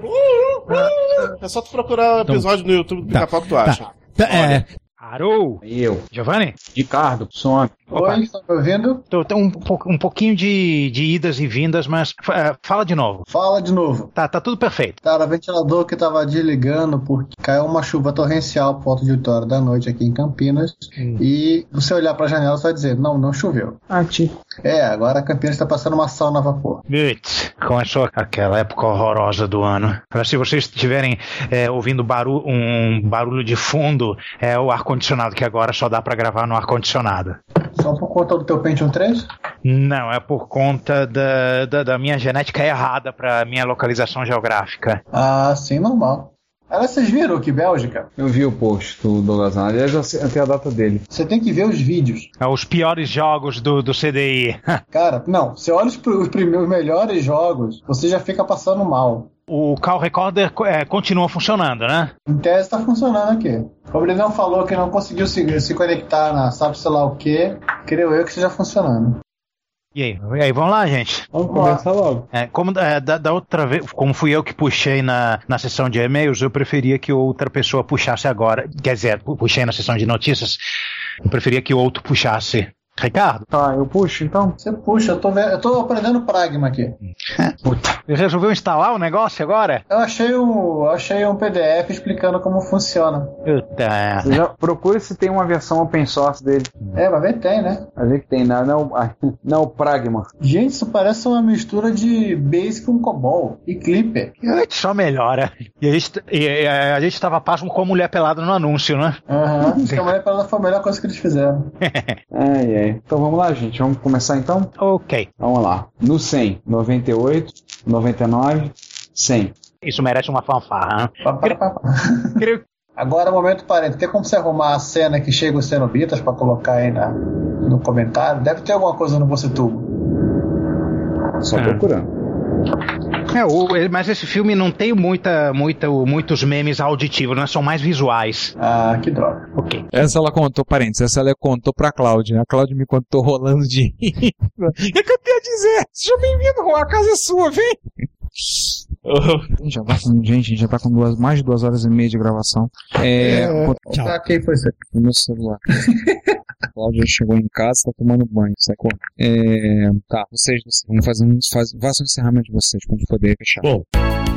[SPEAKER 15] É só tu procurar o episódio no YouTube do pica-pau que tu acha.
[SPEAKER 46] É.
[SPEAKER 7] Arou!
[SPEAKER 3] Eu.
[SPEAKER 7] Giovanni?
[SPEAKER 3] Ricardo, som.
[SPEAKER 7] Opa.
[SPEAKER 5] Oi, tá me ouvindo?
[SPEAKER 7] Tô, tô um, po- um pouquinho de, de idas e vindas, mas fa- eh, fala de novo.
[SPEAKER 5] Fala de novo.
[SPEAKER 7] Tá, tá tudo perfeito.
[SPEAKER 5] Cara, o ventilador que tava desligando porque caiu uma chuva torrencial por volta de 8 horas da noite aqui em Campinas. E você olhar pra janela, você vai dizer: Não, não choveu.
[SPEAKER 3] Ah, tipo.
[SPEAKER 5] É, agora Campinas tá passando uma sauna a vapor.
[SPEAKER 7] Putz, começou aquela época horrorosa do ano. Mas Se vocês estiverem é, ouvindo baru- um barulho de fundo, é o ar-condicionado, que agora só dá pra gravar no ar-condicionado.
[SPEAKER 5] Só por conta do teu Pentium 3?
[SPEAKER 7] Não, é por conta da, da, da minha genética errada pra minha localização geográfica.
[SPEAKER 5] Ah, sim, normal. Aliás, vocês viram que Bélgica?
[SPEAKER 3] Eu vi o post do Douglas Andrade, eu já sei até a data dele.
[SPEAKER 5] Você tem que ver os vídeos.
[SPEAKER 7] É os piores jogos do, do CDI.
[SPEAKER 5] Cara, não, você olha os, pr- os primeiros melhores jogos, você já fica passando mal.
[SPEAKER 7] o Call Recorder é, continua funcionando, né?
[SPEAKER 5] Em tese tá funcionando aqui. O Brenão falou que não conseguiu se, se conectar na sabe sei lá o que. Creio eu que esteja funcionando.
[SPEAKER 7] E aí, e aí, vamos lá, gente? Vamos começar logo. como é, da, da outra vez, como fui eu que puxei na, na sessão de e-mails, eu preferia que outra pessoa puxasse agora. Quer dizer, pu- puxei na sessão de notícias, eu preferia que outro puxasse. Ricardo?
[SPEAKER 3] Ah,
[SPEAKER 5] Tá, eu puxo então? Você puxa, eu tô, ve- eu tô aprendendo pragma aqui.
[SPEAKER 7] Resolveu instalar o negócio agora?
[SPEAKER 5] Eu achei um, eu achei um PDF explicando como funciona.
[SPEAKER 7] Puta. é,
[SPEAKER 3] Já procure se tem uma versão open source dele.
[SPEAKER 5] É, vai ver tem, né?
[SPEAKER 3] Vai ver que tem, não, não, ah, não o Pragma.
[SPEAKER 5] Gente, isso parece uma mistura de Basic com Cobol e Clipper.
[SPEAKER 7] é, Só melhora. E a gente, e, e, é, a gente tava pasmo com a mulher pelada no anúncio, né?
[SPEAKER 5] Aham, uhum. trabalhar pra ela foi a melhor coisa que eles fizeram.
[SPEAKER 3] Ai, ai. Então vamos lá, gente. Vamos começar então?
[SPEAKER 7] Ok.
[SPEAKER 3] Vamos lá. No 100, 98, 99, 100.
[SPEAKER 7] Isso merece uma fanfarra. né?
[SPEAKER 5] Agora, momento parente, tem como você arrumar a cena que chega os cenobitas pra colocar aí na, no comentário? Deve ter alguma coisa no você tubo.
[SPEAKER 3] Só procurando.
[SPEAKER 7] É, o- ele- mas esse filme não tem muita, muita, muitos memes auditivos, né? São mais visuais.
[SPEAKER 5] Ah, que droga.
[SPEAKER 7] Ok.
[SPEAKER 6] Essa ela contou, parênteses, essa ela contou pra Cláudia. A Cláudia me contou rolando de rir. O que eu tenho a dizer? Seja bem-vindo, Juan, a casa é sua, vem! Já tá com, gente, já tá com duas, mais de duas horas e meia de gravação. É.
[SPEAKER 5] Tchau. Tá, quem foi isso aqui?
[SPEAKER 6] No meu celular. A Cláudia chegou em casa, tá tomando banho, sacou? assim, É, tá, vocês, vocês vão fazer um, faz, façam um encerramento de vocês pra gente poder fechar.
[SPEAKER 47] Bom,